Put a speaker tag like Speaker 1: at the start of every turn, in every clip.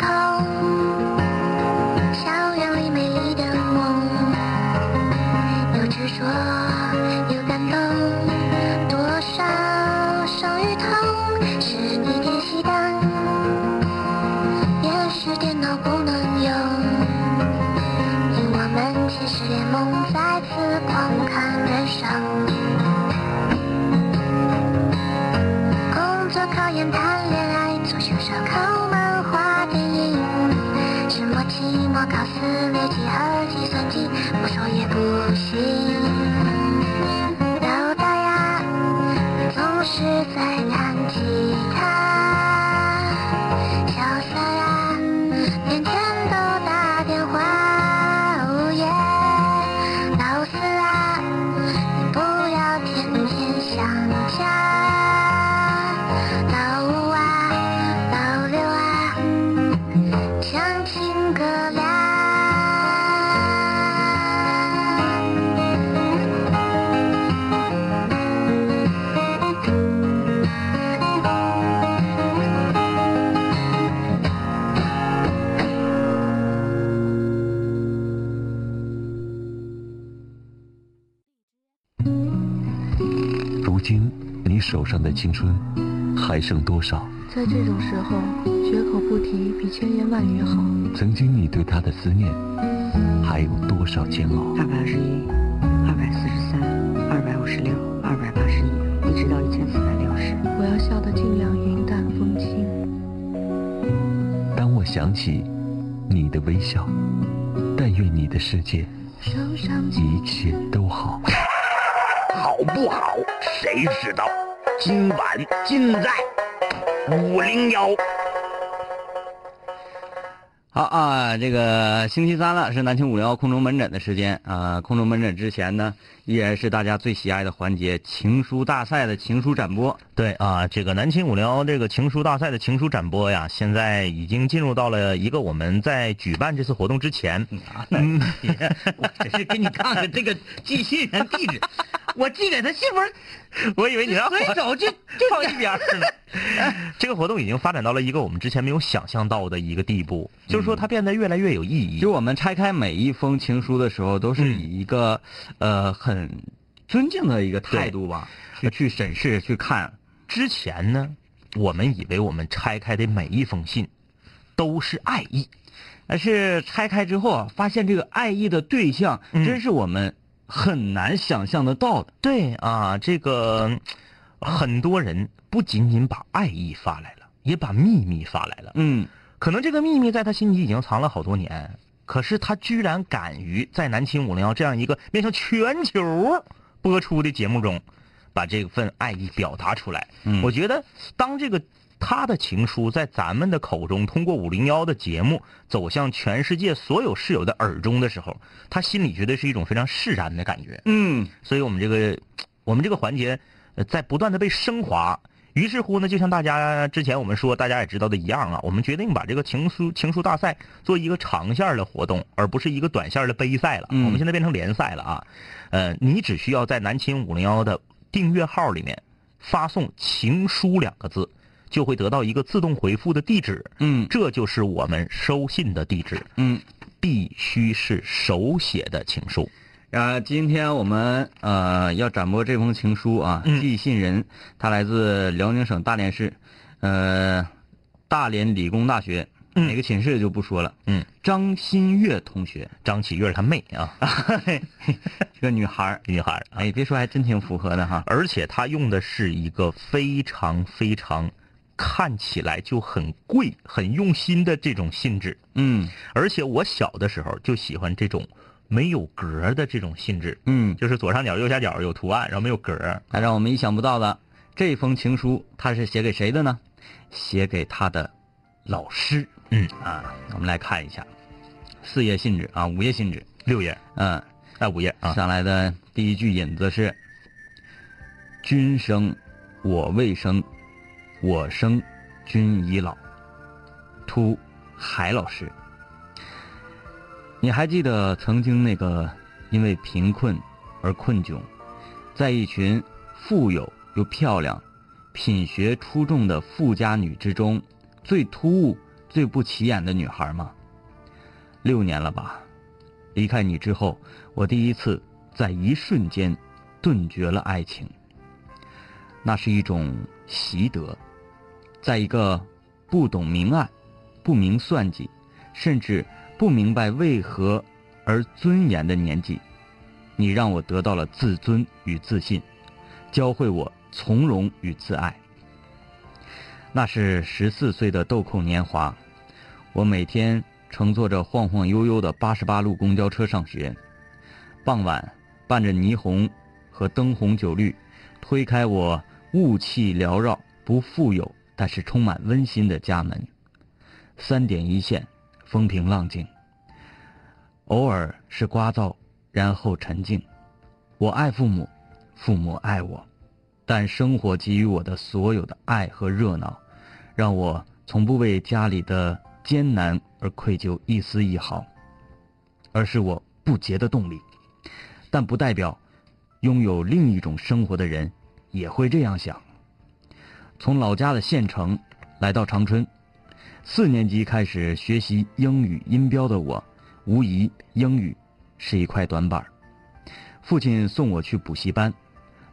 Speaker 1: 后，校园里美丽的梦，有执着，有感动，多少伤与痛，是你点熄灯，也是电脑不能用，因我们骑士联盟再次狂看人生。工作、考研、谈恋爱，足球、烧烤、漫画、电影，什么期末考试、微积和计算机，不说也不行。老大呀，你总是在弹吉他，小三呀，连天都打电话，哦耶，老四啊，你不要天天想家。老五啊，老六啊，想亲哥俩。
Speaker 2: 如今你手上的青春还剩多少？
Speaker 3: 在这种时候，绝口不提比千言万语好。
Speaker 2: 曾经你对他的思念还有多少煎熬？
Speaker 4: 二百二十一、二百四十三、二百五十六、二百八十一，一直到一千四百六十。
Speaker 3: 我要笑得尽量云淡风轻。
Speaker 2: 当我想起你的微笑，但愿你的世界
Speaker 1: 手上
Speaker 2: 一切都好。
Speaker 5: 好不好？谁知道？今晚尽在五零幺。
Speaker 6: 好啊，这个星期三了，是南青五零幺空中门诊的时间啊、空中门诊之前呢，依然是大家最喜爱的环节——情书大赛的情书展播。
Speaker 7: 对啊，这个南青五零幺这个情书大赛的情书展播呀，现在已经进入到了一个我们在举办这次活动之前，
Speaker 6: 嗯， 我只是给你看看这个寄信人地址，我寄给他信封，
Speaker 7: 我以为你让
Speaker 6: 随手就就放一边儿 了。
Speaker 7: 这个活动已经发展到了一个我们之前没有想象到的一个地步，就是
Speaker 5: 嗯
Speaker 7: 说它变得越来越有意义。
Speaker 6: 就我们拆开每一封情书的时候，都是以一个、呃很尊敬的一个态度吧，去去审视、去看。
Speaker 7: 之前呢，我们以为我们拆开的每一封信都是爱意，
Speaker 6: 但是拆开之后啊，发现这个爱意的对象，
Speaker 7: 嗯
Speaker 6: 真是我们很难想象得到的。
Speaker 7: 对啊，这个很多人不仅仅把爱意发来了，也把秘密发来了。
Speaker 6: 嗯，
Speaker 7: 可能这个秘密在他心底已经藏了好多年，可是他居然敢于在南青五零幺这样一个面向全球播出的节目中，把这份爱意表达出来。
Speaker 6: 嗯
Speaker 7: 我觉得当这个他的情书在咱们的口中，通过五零幺的节目走向全世界所有室友的耳中的时候，他心里觉得是一种非常释然的感觉。
Speaker 6: 嗯，
Speaker 7: 所以我们这个我们这个环节呃在不断的被升华。于是乎呢，就像大家之前我们说，大家也知道的一样啊，我们决定把这个情书情书大赛做一个长线儿的活动，而不是一个短线儿的杯赛了。
Speaker 6: 嗯
Speaker 7: 我们现在变成联赛了啊，呃，你只需要在南秦五零幺的订阅号里面发送“情书”两个字，就会得到一个自动回复的地址。
Speaker 6: 嗯
Speaker 7: 这就是我们收信的地址，
Speaker 6: 嗯。
Speaker 7: 必须是手写的情书。
Speaker 6: 呃，今天我们呃要展播这封情书啊，
Speaker 7: 嗯
Speaker 6: 寄信人他来自辽宁省大连市，呃，大连理工大学、
Speaker 7: 嗯
Speaker 6: 哪个寝室就不说了，
Speaker 7: 嗯，
Speaker 6: 张新月同学，
Speaker 7: 张 启月他妹啊，
Speaker 6: 这个女孩儿，
Speaker 7: 女孩儿啊。
Speaker 6: 哎，别说还真挺符合的哈，
Speaker 7: 而且他用的是一个非常非常看起来就很贵、很用心的这种信纸。
Speaker 6: 嗯
Speaker 7: 而且我小的时候就喜欢这种没有格儿的这种信纸，
Speaker 6: 嗯，
Speaker 7: 就是左上角、右下角有图案，然后没有格儿。
Speaker 6: 那让我们意想不到的，这封情书他是写给谁的呢？写给他的老师
Speaker 7: 嗯，
Speaker 6: 啊，我们来看一下，四页信纸啊，五页信纸，
Speaker 7: 六页，
Speaker 6: 嗯。
Speaker 7: 哎，五页啊，
Speaker 6: 上来的第一句引子是：“君生，我未生；我生，君已老。”突海老师，你还记得曾经那个因为贫困而困窘，在一群富有又漂亮、品学出众的富家女之中，最突兀、最
Speaker 7: 最不起眼的女孩吗？六年了吧，离开你之后，我第一次在一瞬间顿觉了爱情。那是一种习得，在一个不懂明暗、不明算计，甚至不明白为何而尊严的年纪，你让我得到了自尊与自信，教会我从容与自爱。那是十四岁的豆蔻年华，我每天乘坐着晃晃悠悠的八十八路公交车上学，傍晚伴着霓虹和灯红酒绿，推开我雾气缭绕、不富有但是充满温馨的家门。三点一线，风平浪静，偶尔是聒噪，然后沉静。我爱父母，父母爱我。但生活给予我的所有的爱和热闹，让我从不为家里的艰难而愧疚一丝一毫，而是我不竭的动力。但不代表拥有另一种生活的人也会这样想。从老家的县城来到长春，四年级开始学习英语音标的我，无疑英语是一块短板儿。父亲送我去补习班。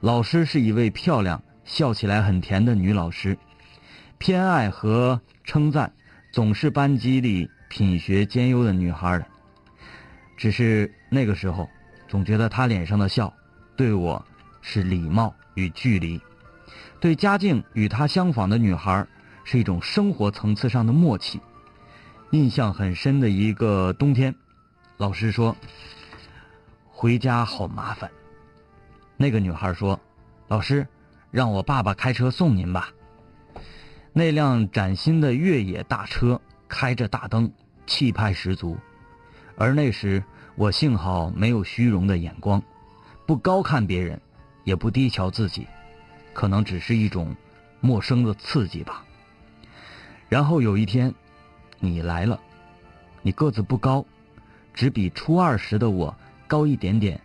Speaker 7: 老师是一位漂亮、笑起来很甜的女老师，偏爱和称赞总是班级里品学兼优的女孩的。只是那个时候，总觉得她脸上的笑对我是礼貌与距离，对家境与她相仿的女孩是一种生活层次上的默契。印象很深的一个冬天，老师说：“回家好麻烦。”那个女孩说：“老师，让我爸爸开车送您吧。”那辆崭新的越野大车开着大灯，气派十足。而那时我幸好没有虚荣的眼光，不高看别人，也不低瞧自己，可能只是一种陌生的刺激吧。然后有一天，你来了，你个子不高，只比初二时的我高一点点，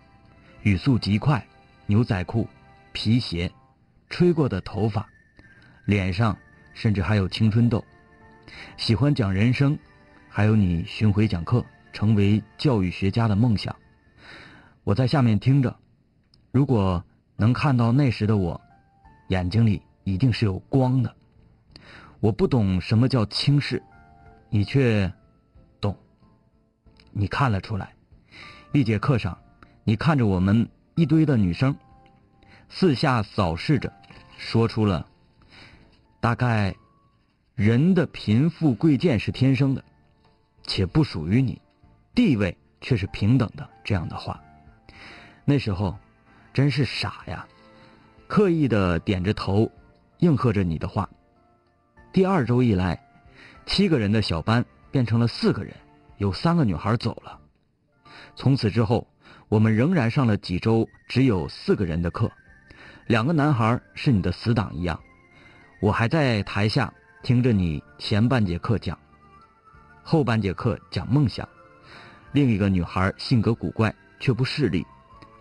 Speaker 7: 语速极快。牛仔裤、皮鞋、吹过的头发，脸上甚至还有青春痘。喜欢讲人生，还有你巡回讲课，成为教育学家的梦想。我在下面听着，如果能看到那时的我，眼睛里一定是有光的。我不懂什么叫轻视，你却懂。你看了出来。一节课上，你看着我们。一堆的女生，四下扫视着，说出了大概人的贫富贵贱是天生的，且不属于你，地位却是平等的这样的话。那时候真是傻呀，刻意的点着头，应和着你的话。第二周一来，七个人的小班变成了四个人，有三个女孩走了。从此之后。我们仍然上了几周只有四个人的课，两个男孩是你的死党一样，我还在台下听着你前半节课讲，后半节课讲梦想。另一个女孩性格古怪却不势利，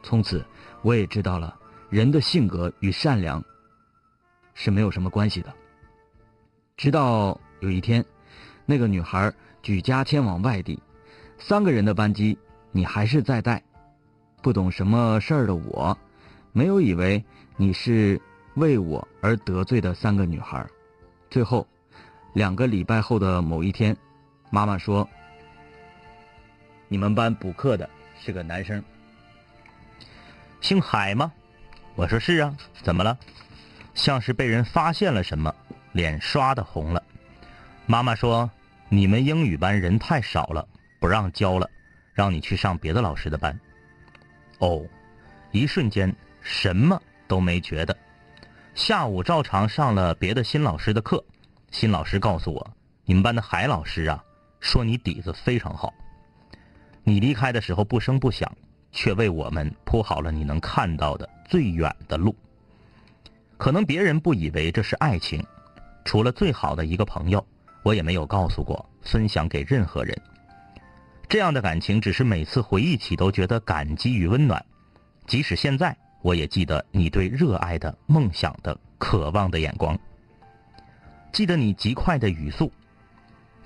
Speaker 7: 从此我也知道了人的性格与善良是没有什么关系的。直到有一天，那个女孩举家迁往外地，三个人的班级你还是在带。不懂什么事儿的我，没有以为你是为我而得罪的三个女孩。最后，两个礼拜后的某一天，妈妈说：“你们班补课的是个男生，
Speaker 8: 姓海吗？”我说：“是啊，怎么了？”像是被人发现了什么，脸刷的红了。妈妈说：“你们英语班人太少了，不让教了，让你去上别的老师的班。”哦，一瞬间什么都没觉得。下午照常上了别的新老师的课，新老师告诉我，你们班的海老师啊，说你底子非常好。你离开的时候不声不响，却为我们铺好了你能看到的最远的路。可能别人不以为这是爱情，除了最好的一个朋友，我也没有告诉过，分享给任何人。这样的感情，只是每次回忆起都觉得感激与温暖。即使现在，我也记得你对热爱的、梦想的、渴望的眼光，记得你极快的语速，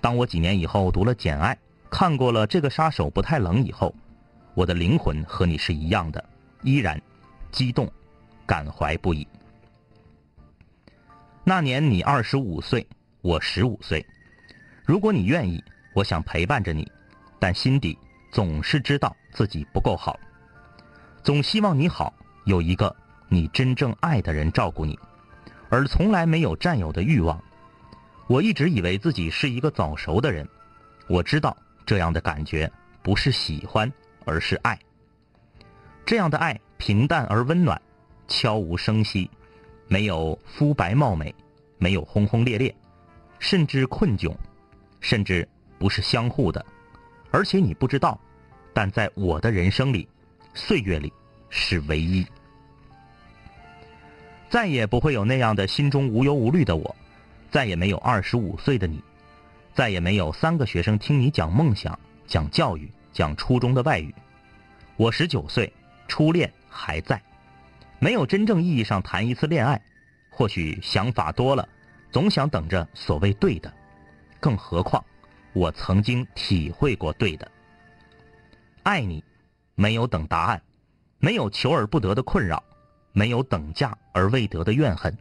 Speaker 7: 当我几年以后读了《简爱》，看过了《这个杀手不太冷》以后，我的灵魂和你是一样的，依然激动、感怀不已。那年你二十五岁，我十五岁。如果你愿意，我想陪伴着你，但心底总是知道自己不够好，总希望你好，有一个你真正爱的人照顾你，而从来没有占有的欲望。我一直以为自己是一个早熟的人，我知道这样的感觉不是喜欢，而是爱。这样的爱平淡而温暖，悄无声息，没有肤白貌美，没有轰轰烈烈，甚至困窘，甚至不是相互的。而且你不知道，但在我的人生里，岁月里是唯一。再也不会有那样的心中无忧无虑的我。再也没有二十五岁的你，再也没有三个学生听你讲梦想、讲教育、讲初中的外语。我十九岁，初恋还在，没有真正意义上谈一次恋爱。或许想法多了，总想等着所谓对的。更何况，我曾经体会过对的。爱你，没有等答案，没有求而不得的困扰，没有等价而未得的怨恨，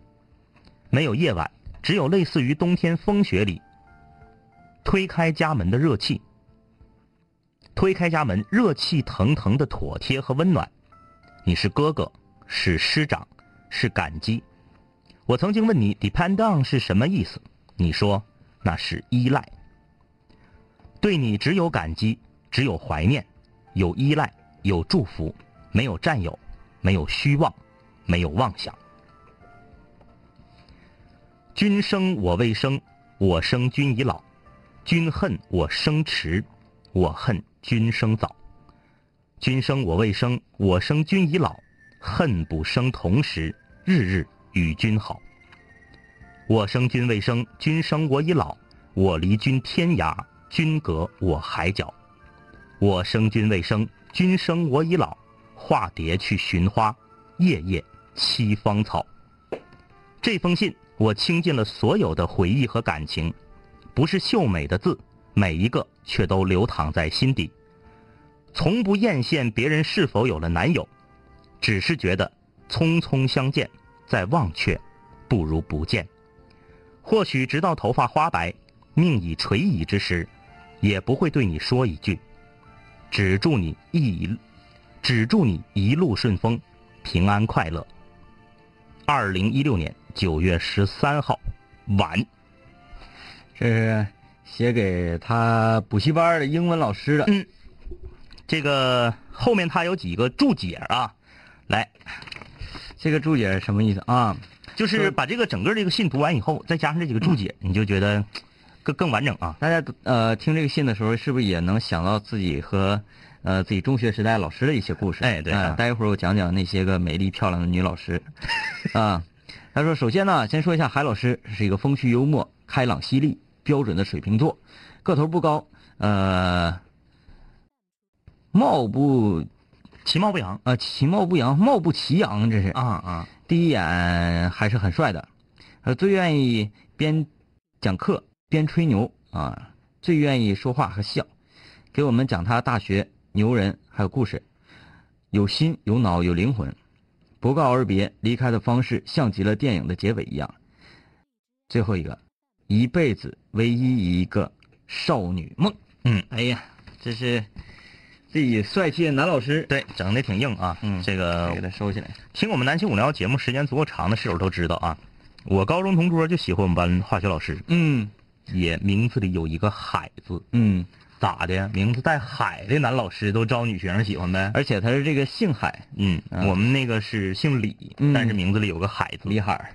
Speaker 7: 没有夜晚。只有类似于冬天风雪里推开家门的热气，推开家门热气腾腾的妥帖和温暖。你是哥哥，是师长，是感激。我曾经问你 “depend on” 是什么意思，你说那是依赖。对你只有感激，只有怀念，有依赖，有祝福，没有占有，没有虚妄，没有妄想。君生我未生，我生君已老；君恨我生迟，我恨君生早。君生我未生，我生君已老；恨不生同时，日日与君好。我生君未生，君生我已老；我离君天涯，君隔我海角。我生君未生，君生我已老；化蝶去寻花，夜夜栖芳草。这封信。我倾尽了所有的回忆和感情，不是秀美的字，每一个却都流淌在心底，从不艳羡别人是否有了男友，只是觉得匆匆相见，再忘却，不如不见。或许直到头发花白，命已垂矣之时，也不会对你说一句，只祝你一，只祝你一路顺风，平安快乐。二零一六年。九月十三号晚，
Speaker 6: 这是写给他补习班的英文老师的。
Speaker 7: 嗯，这个后面他有几个注解啊，来，
Speaker 6: 这个注解什么意思啊？
Speaker 7: 就是把这个整个这个信读完以后，再加上这几个注嗯解，嗯、你就觉得更更完整啊。
Speaker 6: 大家呃听这个信的时候，是不是也能想到自己和呃自己中学时代老师的一些故事？
Speaker 7: 哎，对、啊
Speaker 6: 呃。待会儿我讲讲那些个美丽漂亮的女老 师，啊。他说：“首先呢，先说一下海老师是一个风趣幽默、开朗犀利、标准的水瓶座，个头不高，呃，貌不
Speaker 7: 其貌不扬啊、
Speaker 6: 呃，其貌不扬，貌不其扬，这是
Speaker 7: 啊啊！
Speaker 6: 第一眼还是很帅的，呃，最愿意边讲课边吹牛啊，最愿意说话和笑，给我们讲他大学牛人还有故事，有心有脑有灵魂。”不告而别，离开的方式像极了电影的结尾一样。最后一个，一辈子唯一一个少女梦。
Speaker 7: 嗯，
Speaker 6: 哎呀，这是自己帅气的男老师，
Speaker 7: 对，整的挺硬啊。
Speaker 6: 嗯，
Speaker 7: 这个
Speaker 6: 给他收起来。
Speaker 7: 听我们南青五聊节目时间足够长的室友都知道啊，我高中同桌就喜欢我们班化学老师。
Speaker 6: 嗯，
Speaker 7: 也名字里有一个海字。
Speaker 6: 嗯，
Speaker 7: 咋的？名字带海的男老师都招女学生喜欢呗？
Speaker 6: 而且他是这个姓海。啊嗯
Speaker 7: 嗯，我们那个是姓李，但是名字里有个海字，
Speaker 6: 李海。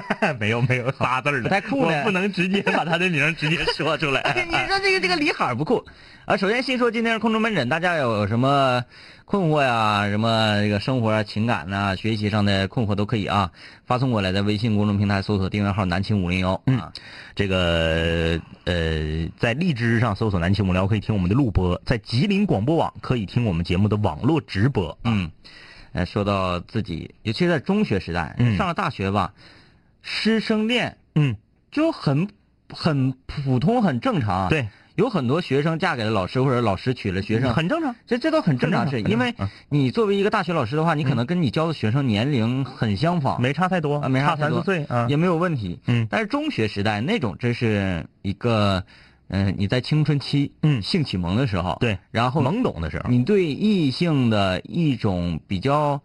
Speaker 7: 没有没有，仨字儿的，
Speaker 6: 太酷了，
Speaker 7: 不能直接把他的名直接说出来。
Speaker 6: 你说这个这个李海不酷啊？首先先说今天是空中门诊，大家有什么困惑呀？什么这个生活啊、情感呐、学习上的困惑都可以啊，发送过来，在微信公众平台搜索订阅号“南青五零幺”
Speaker 7: 嗯
Speaker 6: 啊。
Speaker 7: 这个呃，在荔枝上搜索“南青五零幺”可以听我们的录播，在吉林广播网可以听我们节目的网络直播。
Speaker 6: 嗯。呃，说到自己，尤其在中学时代，
Speaker 7: 嗯、
Speaker 6: 上了大学吧，师生恋，
Speaker 7: 嗯，
Speaker 6: 就很很普通、很正常啊。
Speaker 7: 对，
Speaker 6: 有很多学生嫁给了老师，或者老师娶了学生，
Speaker 7: 嗯很正常。
Speaker 6: 这这都很正常
Speaker 7: 很
Speaker 6: 事，
Speaker 7: 正常
Speaker 6: 因为
Speaker 7: 嗯
Speaker 6: 你作为一个大学老师的话，你可能跟你教的学生年龄很相仿，
Speaker 7: 没差太多，
Speaker 6: 啊没啥
Speaker 7: 差三四岁啊。
Speaker 6: 也没有问题。
Speaker 7: 嗯
Speaker 6: 但是中学时代那种，真是一个，嗯、你在青春期，
Speaker 7: 嗯
Speaker 6: 性启蒙的时候，，
Speaker 7: 对，
Speaker 6: 然后
Speaker 7: 懵懂的时候，
Speaker 6: 你对异性的一种比较，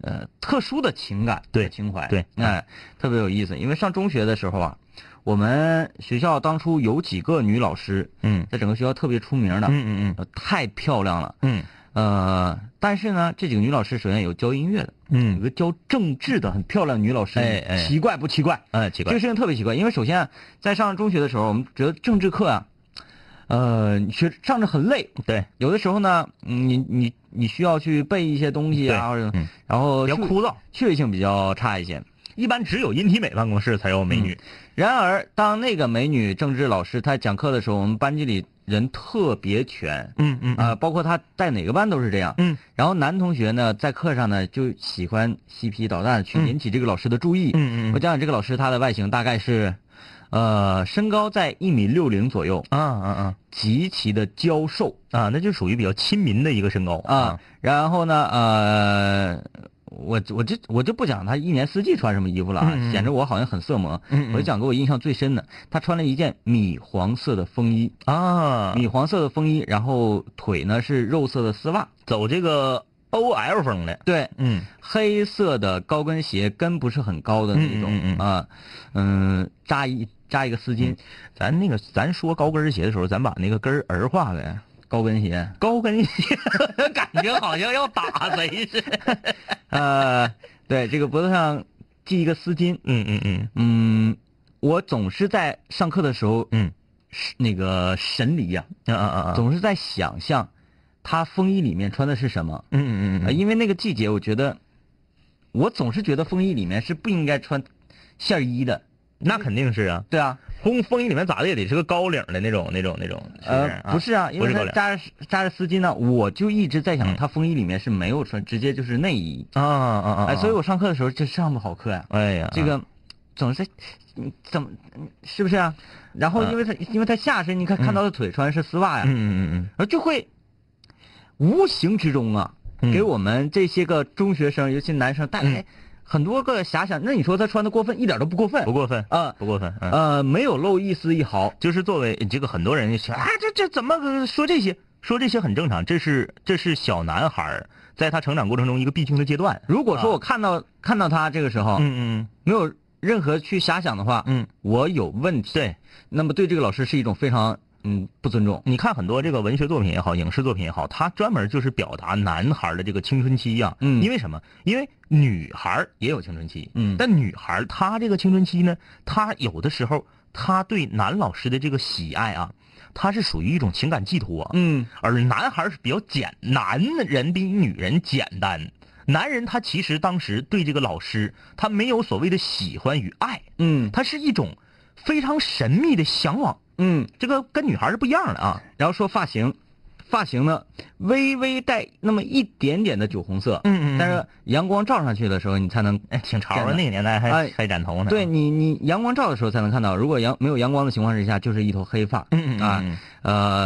Speaker 6: 呃，特殊的情感，
Speaker 7: 对
Speaker 6: 情怀，
Speaker 7: 对
Speaker 6: 哎，特别有意思。因为上中学的时候啊，我们学校当初有几个女老师，
Speaker 7: 嗯
Speaker 6: 在整个学校特别出名的，
Speaker 7: 嗯嗯
Speaker 6: 呃太漂亮了，
Speaker 7: 嗯
Speaker 6: 呃，但是呢，这几个女老师首先有教音乐的，有
Speaker 7: 嗯嗯，
Speaker 6: 个教政治的，很漂亮的女老师，
Speaker 7: 哎哎
Speaker 6: 奇怪不奇怪？
Speaker 7: 哎，
Speaker 6: 这
Speaker 7: 奇怪
Speaker 6: 个，事情特别奇怪，因为首先啊在上中学的时候，我们觉得政治课啊，呃，你学上着很累，
Speaker 7: 对，
Speaker 6: 有的时候呢，嗯你你你需要去背一些东西啊，或者、
Speaker 7: 嗯
Speaker 6: 然后
Speaker 7: 比较
Speaker 6: 趣
Speaker 7: 枯燥。
Speaker 6: 趣性比较差一些。
Speaker 7: 一般只有音体美办公室才有美女，
Speaker 6: 然而，当那个美女政治老师她讲课的时候，我们班级里人特别全，
Speaker 7: 嗯嗯
Speaker 6: 啊、包括她在哪个班都是这样。
Speaker 7: 嗯
Speaker 6: 然后男同学呢，在课上呢就喜欢嬉皮捣蛋，去
Speaker 7: 嗯
Speaker 6: 引起这个老师的注意。
Speaker 7: 嗯
Speaker 6: 我讲讲这个老师，她的外形大概是，呃，身高在一米六零左右，
Speaker 7: 啊啊啊
Speaker 6: 极其的娇瘦
Speaker 7: 啊，那就属于比较亲民的一个身高
Speaker 6: 啊。，然后呢，呃，我我就我就不讲她一年四季穿什么衣服了啊，
Speaker 7: 嗯嗯嗯
Speaker 6: 显得我好像很色盲。
Speaker 7: 嗯嗯
Speaker 6: 我就讲给我印象最深的，她穿了一件米黄色的风衣，
Speaker 7: 啊，
Speaker 6: 米黄色的风衣，然后腿呢是肉色的丝袜，
Speaker 7: 走这个 OL 风的，
Speaker 6: 对，
Speaker 7: 嗯
Speaker 6: 黑色的高跟鞋，跟不是很高的那种
Speaker 7: 嗯嗯嗯嗯
Speaker 6: 啊，嗯，扎一扎一个丝巾，
Speaker 7: 咱那个咱说高跟鞋的时候，咱把那个跟儿儿化了，
Speaker 6: 高跟鞋，
Speaker 7: 高跟鞋感觉好像要 打谁似的。
Speaker 6: 呃，对，这个脖子上系一个丝巾，
Speaker 7: 嗯嗯嗯
Speaker 6: 嗯，我总是在上课的时候，
Speaker 7: 嗯
Speaker 6: 是，那个神离呀、
Speaker 7: 啊啊啊，
Speaker 6: 总是在想象他风衣里面穿的是什么，
Speaker 7: 嗯嗯
Speaker 6: 呃
Speaker 7: 嗯，
Speaker 6: 因为那个季节，我觉得，我总是觉得风衣里面是不应该穿线衣的，
Speaker 7: 那肯定是啊，
Speaker 6: 对啊，
Speaker 7: 风风衣里面咋的也得是个高领的那种那种那种，
Speaker 6: 呃，不是啊，因
Speaker 7: 不
Speaker 6: 为
Speaker 7: 是高
Speaker 6: 他
Speaker 7: 领
Speaker 6: 扎着扎着丝巾呢，我就一直在想，
Speaker 7: 嗯
Speaker 6: 他风衣里面是没有穿，直接就是内衣。
Speaker 7: 啊啊啊，
Speaker 6: 哎，所以我上课的时候就上不好课呀、
Speaker 7: 哎呀
Speaker 6: 这个总是嗯怎么嗯是不是啊？然后
Speaker 7: 嗯
Speaker 6: 因为他因为他下身你看看到他腿穿的是丝袜呀，
Speaker 7: 嗯嗯嗯
Speaker 6: 然后就会无形之中啊，
Speaker 7: 嗯
Speaker 6: 给我们这些个中学生，尤其男生带来很多个遐想。那你说他穿的过分，一点都不过分
Speaker 7: 不过分
Speaker 6: 啊？
Speaker 7: 不过分，嗯。
Speaker 6: 呃，没有露一丝一毫。
Speaker 7: 就是作为这个很多人就想啊，这这怎么个说这些？说这些很正常，这是这是小男孩儿在他成长过程中一个必经的阶段。
Speaker 6: 如果说
Speaker 7: 啊
Speaker 6: 我看到看到他这个时候
Speaker 7: 嗯
Speaker 6: 没有任何去遐想的话，
Speaker 7: 嗯，
Speaker 6: 我有问题。
Speaker 7: 对，
Speaker 6: 那么对这个老师是一种非常嗯不尊重。
Speaker 7: 你看很多这个文学作品也好，影视作品也好，它专门就是表达男孩儿的这个青春期呀、
Speaker 6: 嗯
Speaker 7: 因为什么？因为女孩儿也有青春期。
Speaker 6: 嗯
Speaker 7: 但女孩儿她这个青春期呢，她有的时候她对男老师的这个喜爱啊，她是属于一种情感寄托。
Speaker 6: 嗯
Speaker 7: 而男孩是比较简，男人比女人简单。男人他其实当时对这个老师，他没有所谓的喜欢与爱，
Speaker 6: 嗯
Speaker 7: 他是一种非常神秘的向往。
Speaker 6: 嗯。
Speaker 7: 这个跟女孩是不一样的啊。
Speaker 6: 然后说发型，发型呢微微带那么一点点的酒红色，
Speaker 7: 嗯
Speaker 6: 但
Speaker 7: 但
Speaker 6: 是
Speaker 7: 是
Speaker 6: 阳光照上去的时候，你才能
Speaker 7: 哎挺潮
Speaker 6: 真
Speaker 7: 啊，
Speaker 6: 的
Speaker 7: 那个年代还、
Speaker 6: 哎
Speaker 7: 还染头呢。啊
Speaker 6: 对，你你阳光照的时候才能看到。如果阳没有阳光的情况之下，就是一头黑发，
Speaker 7: 嗯嗯
Speaker 6: 啊
Speaker 7: 嗯，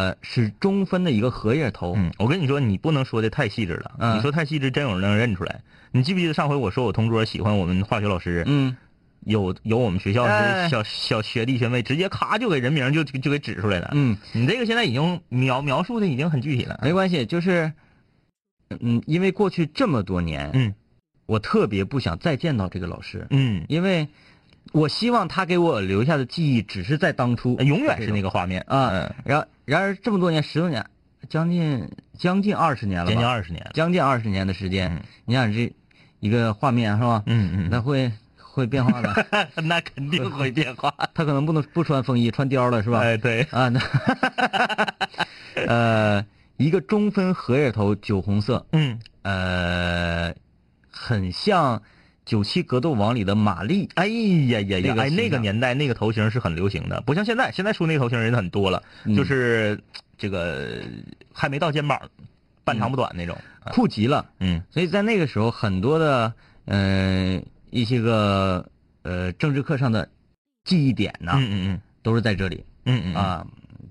Speaker 6: 呃是中分的一个荷叶头，
Speaker 7: 嗯，我跟你说，你不能说的太细致了。
Speaker 6: 嗯
Speaker 7: 你说太细致，真有人能认出来。你记不记得上回我说我同桌喜欢我们化学老师？
Speaker 6: 嗯
Speaker 7: 有有我们学校
Speaker 6: 哎
Speaker 7: 的小、小学弟学妹，直接咔就给人名就就就给指出来了。
Speaker 6: 嗯，
Speaker 7: 你这个现在已经描描述的已经很具体了。
Speaker 6: 没关系，就是嗯，因为过去这么多年，
Speaker 7: 嗯
Speaker 6: 我特别不想再见到这个老师，
Speaker 7: 嗯，
Speaker 6: 因为我希望他给我留下的记忆只是在当初，
Speaker 7: 哎永远是那
Speaker 6: 个
Speaker 7: 个画面
Speaker 6: 啊。然然而这么多年，十多年，将近将近二十年
Speaker 7: 嗯
Speaker 6: 了吧，
Speaker 7: 将近二十年了。
Speaker 6: 将近二十年的时间，
Speaker 7: 嗯
Speaker 6: 你想这一个画面是吧？
Speaker 7: 嗯
Speaker 6: 那会会变化的，
Speaker 7: 嗯，那肯定会变化。
Speaker 6: 他可能不能不穿风衣，穿貂了是吧？
Speaker 7: 哎，对，
Speaker 6: 啊，那 呃，一个中分荷叶头，酒红色，
Speaker 7: 嗯，
Speaker 6: 呃，很像《九七格斗王》里的玛丽。
Speaker 7: 哎呀呀
Speaker 6: 那
Speaker 7: 呀，
Speaker 6: 个
Speaker 7: 哎，
Speaker 6: 形
Speaker 7: 那个
Speaker 6: 象
Speaker 7: 年代那个头型是很流行的，不像现在，现在梳那个头型人很多了，
Speaker 6: 嗯
Speaker 7: 就是这个还没到肩膀，半长不短那种。
Speaker 6: 酷极了。
Speaker 7: 嗯
Speaker 6: 所以在那个时候，很多的呃一些个呃政治课上的记忆点呐、
Speaker 7: 嗯嗯嗯，
Speaker 6: 都是在这里
Speaker 7: 嗯嗯
Speaker 6: 啊。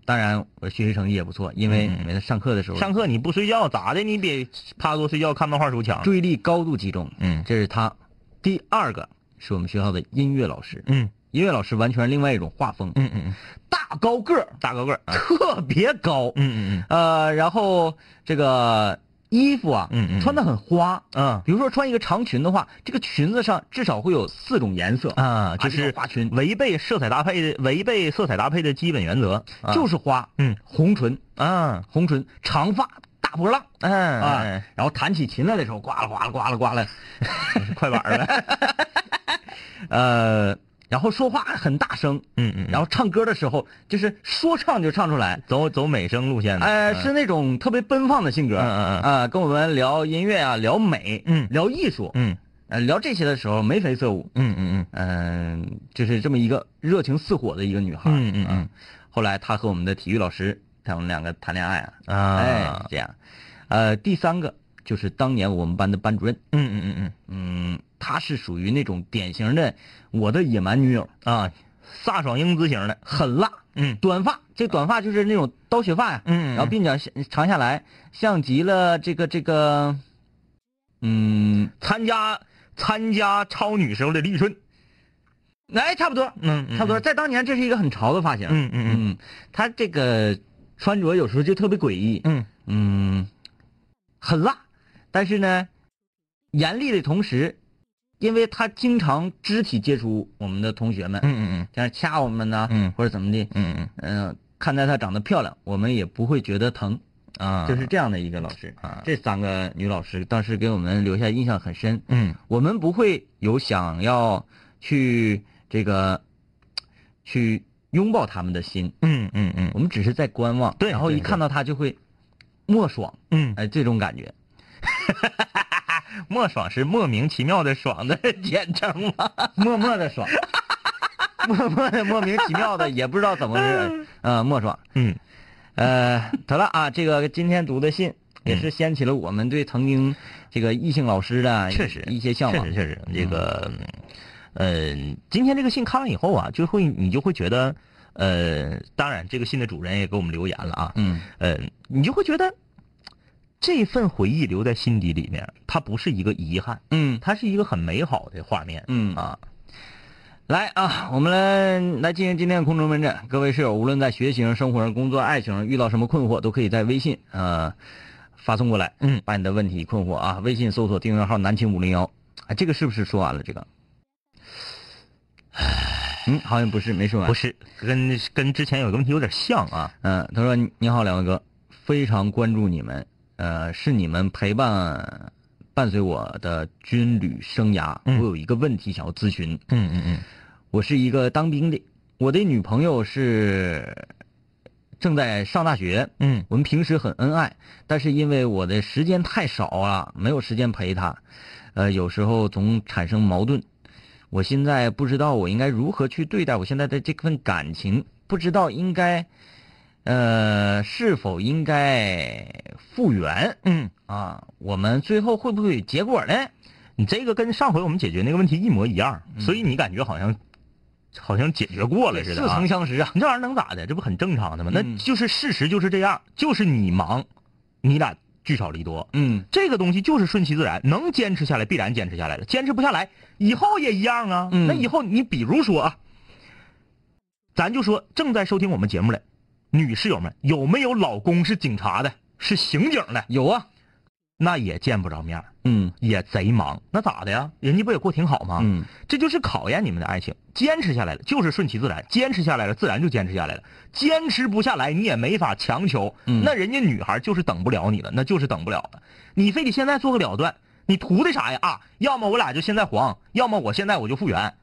Speaker 6: 当然，我学习成绩也不错，因为
Speaker 7: 嗯嗯
Speaker 6: 每次上课的时候，
Speaker 7: 上课你不睡觉咋的？你比趴桌睡觉看漫画书强。
Speaker 6: 注意力高度集中。
Speaker 7: 嗯
Speaker 6: 这是他。第二个是我们学校的音乐老师，
Speaker 7: 嗯
Speaker 6: 音乐老师完全是另外一种画风，
Speaker 7: 嗯嗯
Speaker 6: 大高个儿，
Speaker 7: 大高个儿啊
Speaker 6: 特别高，
Speaker 7: 嗯嗯
Speaker 6: 呃，然后这个衣服啊，
Speaker 7: 嗯嗯嗯
Speaker 6: 穿的很花，
Speaker 7: 嗯
Speaker 6: 比如说穿一个长裙的话，这个裙子上至少会有四种颜色
Speaker 7: 嗯啊，这
Speaker 6: 这
Speaker 7: 是
Speaker 6: 是花裙，
Speaker 7: 违背色彩搭配的违背色彩搭配的基本原则。啊
Speaker 6: 就是花，
Speaker 7: 嗯，
Speaker 6: 红唇，
Speaker 7: 啊
Speaker 6: 红唇，长发，大波浪
Speaker 7: 嗯
Speaker 6: 啊
Speaker 7: 哎，，
Speaker 6: 然后弹起琴来的时候，呱啦呱啦呱啦呱啦，
Speaker 7: 快板儿呗。
Speaker 6: 呃，然后说话很大声，
Speaker 7: 嗯嗯然
Speaker 6: 然
Speaker 7: 后
Speaker 6: 后唱歌的时候就是说唱就唱出来，
Speaker 7: 走走美声路线的。
Speaker 6: 呃，
Speaker 7: 嗯
Speaker 6: 是那种特别奔放的性格，
Speaker 7: 嗯嗯嗯
Speaker 6: 啊，跟我们聊音乐啊，聊美，
Speaker 7: 嗯
Speaker 6: 聊艺术，
Speaker 7: 嗯
Speaker 6: 呃，聊这些的时候眉飞色舞，
Speaker 7: 嗯嗯嗯
Speaker 6: 嗯、就是这么一个热情似火的一个女孩，
Speaker 7: 嗯嗯嗯
Speaker 6: 啊后来她和我们的体育老师，他们两个谈恋爱啊，
Speaker 7: 啊
Speaker 6: 哎，这样，呃，第三个就是当年我们班的班主任，
Speaker 7: 嗯嗯嗯
Speaker 6: 嗯，她是属于那种典型的我的野蛮女友，
Speaker 7: 嗯啊，飒爽英姿型的。
Speaker 6: 很辣，
Speaker 7: 嗯
Speaker 6: 短发，这短发就是那种刀削发呀，
Speaker 7: 嗯
Speaker 6: 然后鬓角下长下来，像极了这个这个，嗯，
Speaker 7: 参加参加超女时候的立春。
Speaker 6: 哎，差不多，
Speaker 7: 嗯
Speaker 6: 差不多，。在当年这是一个很潮的发型，
Speaker 7: 嗯嗯
Speaker 6: 嗯，他这个穿着有时候就特别诡异，
Speaker 7: 嗯
Speaker 6: 嗯，很辣，但是呢，严厉的同时，因为他经常肢体接触我们的同学们，
Speaker 7: 嗯嗯
Speaker 6: 像掐我们呐，
Speaker 7: 嗯
Speaker 6: 或者怎么的，
Speaker 7: 嗯嗯
Speaker 6: 嗯、看在她长得漂亮，我们也不会觉得疼，
Speaker 7: 嗯啊，
Speaker 6: 就是这样的一个老师。
Speaker 7: 啊
Speaker 6: 这三个女老师当时给我们留下印象很深。
Speaker 7: 嗯
Speaker 6: 我们不会有想要去这个去拥抱他们的心，
Speaker 7: 嗯嗯嗯
Speaker 6: 我们只是在观望。
Speaker 7: 对
Speaker 6: 然后
Speaker 7: 对
Speaker 6: 一看到她就会莫爽，
Speaker 7: 嗯，
Speaker 6: 哎，这种感觉。
Speaker 7: 莫爽是莫名其妙的爽的简称吗？
Speaker 6: 默默的 爽，默默的莫名其妙的，也不知道怎么回事，呃，莫爽，
Speaker 7: 嗯，
Speaker 6: 呃，得了啊，这个今天读的信
Speaker 7: 嗯
Speaker 6: 也是掀起了我们对曾经这个异性老师的
Speaker 7: 确实
Speaker 6: 一些向
Speaker 7: 确
Speaker 6: 往
Speaker 7: 实，确实，这个嗯呃，今天这个信看完以后啊，就会你就会觉得呃，当然这个信的主人也给我们留言了啊，
Speaker 6: 嗯
Speaker 7: 呃，你就会觉得这份回忆留在心底里面，它不是一个遗憾，
Speaker 6: 嗯
Speaker 7: 它是一个很美好的画面。
Speaker 6: 嗯
Speaker 7: 啊，
Speaker 6: 来啊，我们来来进行今天的空中门诊。各位室友，无论在学习上、生活上、工作、爱情上遇到什么困惑，都可以在微信呃发送过来，
Speaker 7: 嗯
Speaker 6: 把你的问题困惑啊，微信搜索订阅号“南青五零幺”。啊，这个是不是说完了？这个，嗯，好像不是，没说完。
Speaker 7: 不是跟跟之前有个问题有点像啊，
Speaker 6: 嗯、他说：“你好，两位哥，非常关注你们，呃，是你们陪伴伴随我的军旅生涯。
Speaker 7: 嗯
Speaker 6: 我有一个问题想要咨询。
Speaker 7: 嗯嗯嗯
Speaker 6: 我是一个当兵的，我的女朋友是正在上大学，
Speaker 7: 嗯
Speaker 6: 我们平时很恩爱，但是因为我的时间太少了，没有时间陪她，呃，有时候总产生矛盾。我现在不知道我应该如何去对待我现在的这份感情，不知道应该，呃，是否应该复原
Speaker 7: 嗯，
Speaker 6: 啊？我们最后会不会有结果呢？
Speaker 7: 你这个跟上回我们解决那个问题一模一样，
Speaker 6: 嗯
Speaker 7: 所以你感觉好像好像解决过了似的、
Speaker 6: 似
Speaker 7: 啊
Speaker 6: 曾。相识啊！
Speaker 7: 你这玩意儿能咋的？这不很正常的吗？那
Speaker 6: 嗯
Speaker 7: 就是事实就是这样，就是你忙，你俩聚少离多。
Speaker 6: 嗯
Speaker 7: 这个东西就是顺其自然，能坚持下来必然坚持下来了，坚持不下来以后也一样啊。
Speaker 6: 嗯
Speaker 7: 那以后你比如说啊，咱就说正在收听我们节目的女室友们，有没有老公是警察的，是刑警的？
Speaker 6: 有啊，
Speaker 7: 那也见不着面儿，
Speaker 6: 嗯
Speaker 7: 也贼忙，那咋的呀？人家不也过挺好吗？
Speaker 6: 嗯
Speaker 7: 这就是考验你们的爱情，坚持下来了就是顺其自然，坚持下来了自然就坚持下来了，坚持不下来你也没法强求，
Speaker 6: 嗯
Speaker 7: 那人家女孩就是等不了你了，那就是等不了了，你非得现在做个了断，你图的啥呀？啊，要么我俩就现在黄，要么我现在我就复原，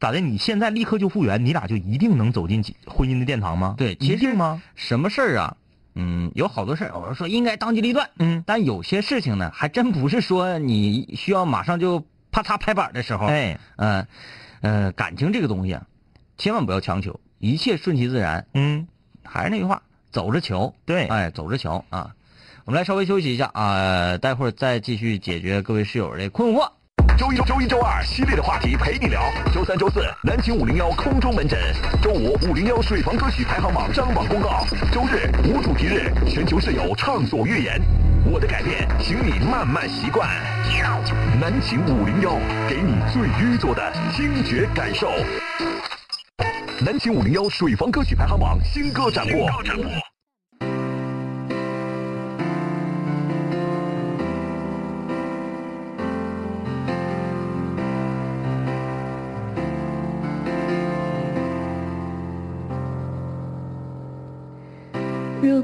Speaker 7: 咋的？你现在立刻就复原，你俩就一定能走进婚姻的殿堂吗？
Speaker 6: 对其实
Speaker 7: 一定吗？
Speaker 6: 什么事儿啊？嗯，有好多事儿，我是说应该当机立断。
Speaker 7: 嗯，
Speaker 6: 但有些事情呢，还真不是说你需要马上就啪嚓拍板的时候。，
Speaker 7: 哎，
Speaker 6: 呃，呃，感情这个东西啊，千万不要强求，一切顺其自然。
Speaker 7: 嗯，
Speaker 6: 还是那句话，走着瞧。
Speaker 7: 对，
Speaker 6: 哎，走着瞧啊！我们来稍微休息一下啊、待会儿再继续解决各位室友的困惑。
Speaker 9: 周一周周一周二系列的话题陪你聊，周三周四南秦五零幺空中门诊，周五五零幺水房歌曲排行榜张榜公告，周日无主题日，全球室友畅所欲言。我的改变，请你慢慢习惯。南秦五零幺，给你最晕作的听觉感受。南秦五零幺水房歌曲排行榜新歌展播。
Speaker 1: 如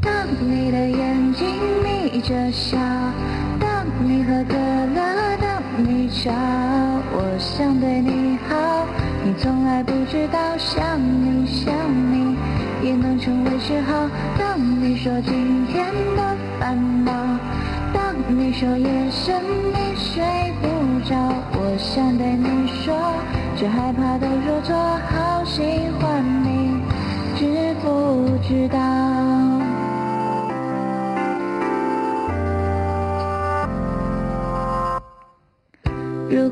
Speaker 1: 当你的眼睛眯着笑，当你喝可乐，当你吵，我想对你好，你从来不知道，想你想你也能成为嗜好。当你说今天的烦恼，当你说夜深你睡不着，我想对你说，却害怕都说错，好喜欢你，知不知道？如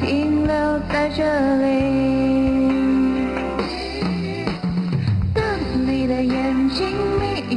Speaker 1: 停留在这里？当你的眼睛眯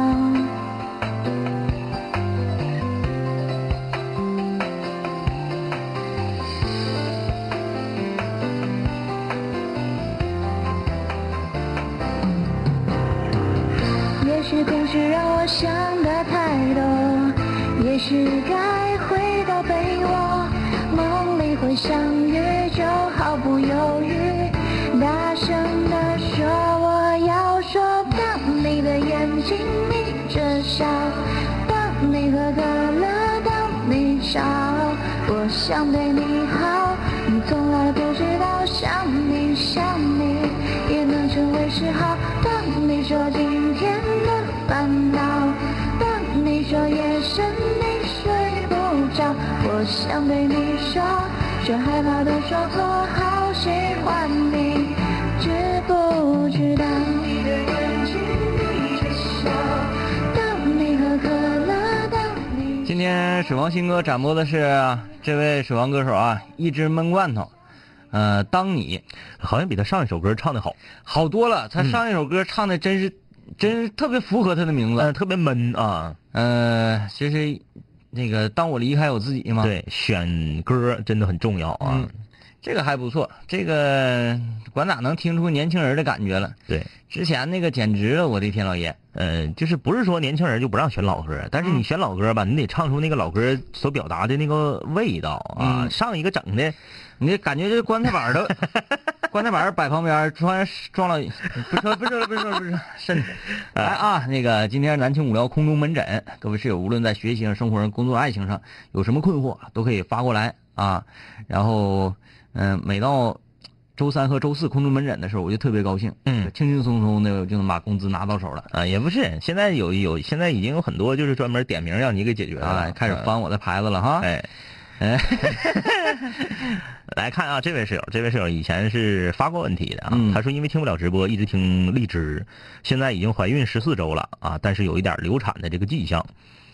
Speaker 1: 也许故事让我想的太多，也许该回到被窝，梦里会相遇，就毫不犹豫，大声地说我要说。当你的眼睛眯着笑，当你喝可乐，当你吵，我想对你好，你从来不知道，想你想你也能成为嗜好。当你说今天的烦恼，当你说夜深你睡不着，我想对你说，却害怕都说错，好喜欢你，知不知道？你的眼睛眯着笑，当你喝可乐，当你
Speaker 6: 今天水王新歌展播的是这位水王歌手啊，一只闷罐头。呃，当你
Speaker 7: 好像比他上一首歌唱的好，
Speaker 6: 好多了，他
Speaker 7: 嗯
Speaker 6: 上一首歌唱的真是，真是特别符合他的名
Speaker 7: 呃，
Speaker 6: 字。
Speaker 7: 特别闷啊。
Speaker 6: 呃，其实那个当我离开我自己嘛，，
Speaker 7: 对，选歌真的很重要啊。
Speaker 6: 啊嗯，这个还不错，这个管哪能听出年轻人的感觉了？
Speaker 7: 对，
Speaker 6: 之前那个简直了，我的天老爷！
Speaker 7: 呃，就是不是说年轻人就不让选老歌，
Speaker 6: 啊
Speaker 7: 但是你选老歌吧，你得唱出那个老歌所表达的那个味道啊。
Speaker 6: 嗯
Speaker 7: 上一个整的，
Speaker 6: 你这感觉这棺材板儿都， 棺材板儿摆旁边儿，穿装了，不是不是不是不是，身体。来啊，那个今天南青五聊空中门诊，各位室友无论在学习上、生活上、工作、爱情上有什么困惑，都可以发过来啊。然后，嗯、每到周三和周四空中门诊的时候，我就特别高兴，
Speaker 7: 嗯
Speaker 6: 轻轻松松的我就能把工资拿到手了。
Speaker 7: 啊，也不是，现在有有，现在已经有很多就是专门点名让你给解决了，
Speaker 6: 啊，开始
Speaker 7: 呃
Speaker 6: 翻我的牌子了哈！
Speaker 7: 哎，
Speaker 6: 哎，
Speaker 7: 来看啊，这位室友，这位室友以前是发过问题的啊，
Speaker 6: 嗯
Speaker 7: 他说因为听不了直播，一直听荔枝，现在已经怀孕十四周了啊，但是有一点流产的这个迹象，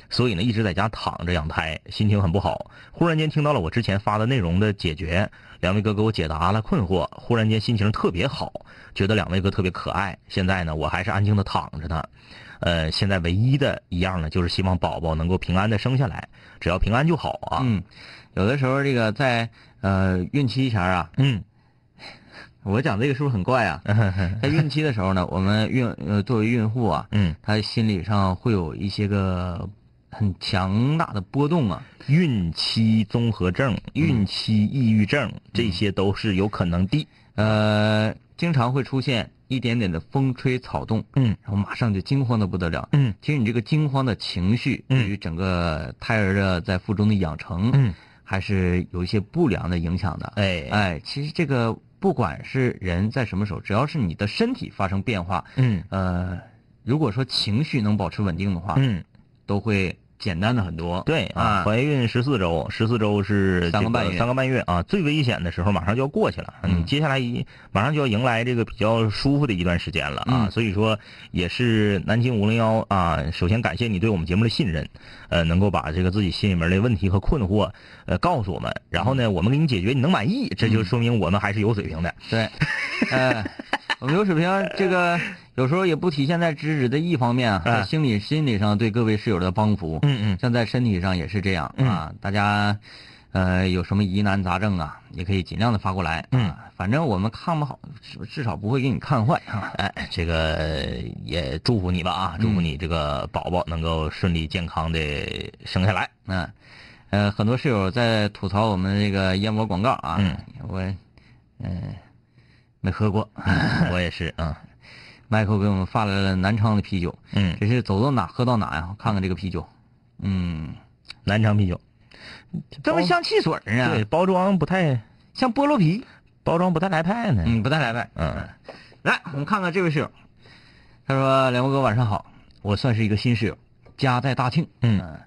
Speaker 7: 所以呢一直在家躺着养胎，心情很不好。忽然间听到了我之前发的内容的解决，两位哥给我解答了困惑，忽然间心情特别好，觉得两位哥特别可爱。现在呢，我还是安静的躺着呢。呃，现在唯一的一样呢，就是希望宝宝能够平安的生下来，只要平安就好啊。
Speaker 6: 嗯，有的时候这个在呃孕期前啊，
Speaker 7: 嗯
Speaker 6: 我讲这个是不是很怪 啊？在孕期的时候呢，我们孕呃作为孕妇啊，
Speaker 7: 嗯，
Speaker 6: 她心理上会有一些个很强大的波动啊。
Speaker 7: 孕期综合症、孕期抑郁症，这些都是有可能的。
Speaker 6: 呃，经常会出现一点点的风吹草动，
Speaker 7: 嗯
Speaker 6: 然后马上就惊慌的不得了。
Speaker 7: 嗯
Speaker 6: 其实你这个惊慌的情绪，
Speaker 7: 嗯
Speaker 6: 对于整个胎儿的在腹中的养成，
Speaker 7: 嗯，
Speaker 6: 还是有一些不良的影响的。
Speaker 7: 哎
Speaker 6: 哎，其实这个不管是人在什么时候，只要是你的身体发生变化，
Speaker 7: 嗯
Speaker 6: 呃，如果说情绪能保持稳定的话，
Speaker 7: 嗯，
Speaker 6: 都会简单的很多。
Speaker 7: 对啊，
Speaker 6: 啊，
Speaker 7: 怀孕十四周，十四周是这
Speaker 6: 三个半月
Speaker 7: 三个半月啊，最危险的时候马上就要过去了，
Speaker 6: 嗯
Speaker 7: 你接下来一马上就要迎来这个比较舒服的一段时间了啊，
Speaker 6: 嗯
Speaker 7: 所以说也是南京五零幺啊，首先感谢你对我们节目的信任，呃，能够把这个自己心里面的问题和困惑呃告诉我们，然后呢，我们给你解决，你能满意，这就说明我们还是有水平的，
Speaker 6: 对，呃，我们刘水平这个有时候也不体现在知识的一方面啊，在
Speaker 7: 嗯
Speaker 6: 心理心理上对各位室友的帮扶，
Speaker 7: 嗯嗯。
Speaker 6: 像在身体上也是这样啊。大家呃有什么疑难杂症啊，也可以尽量的发过来。
Speaker 7: 嗯
Speaker 6: 啊，反正我们看不好，至至少不会给你看坏啊。
Speaker 7: 哎，这个呃也祝福你吧啊，
Speaker 6: 嗯
Speaker 7: 祝福你这个宝宝能够顺利健康的生下来。
Speaker 6: 嗯，呃，很多室友在吐槽我们这个燕窝广告啊，
Speaker 7: 嗯
Speaker 6: 我嗯、没喝过。
Speaker 7: 我也是，嗯
Speaker 6: Michael 给我们发来了南昌的啤酒，
Speaker 7: 嗯，
Speaker 6: 真是走到哪喝到哪呀、我看看这个啤酒，嗯，
Speaker 7: 南昌啤酒，哦
Speaker 6: 这不像汽水儿啊，
Speaker 7: 对，包装不太，
Speaker 6: 像菠萝啤，
Speaker 7: 包装不太来派呢。
Speaker 6: 嗯，不太来呗。
Speaker 7: 嗯
Speaker 6: 来，我们看看这位室友，他说：“梁博哥晚上好，我算是一个新室友，家在大庆，
Speaker 7: 嗯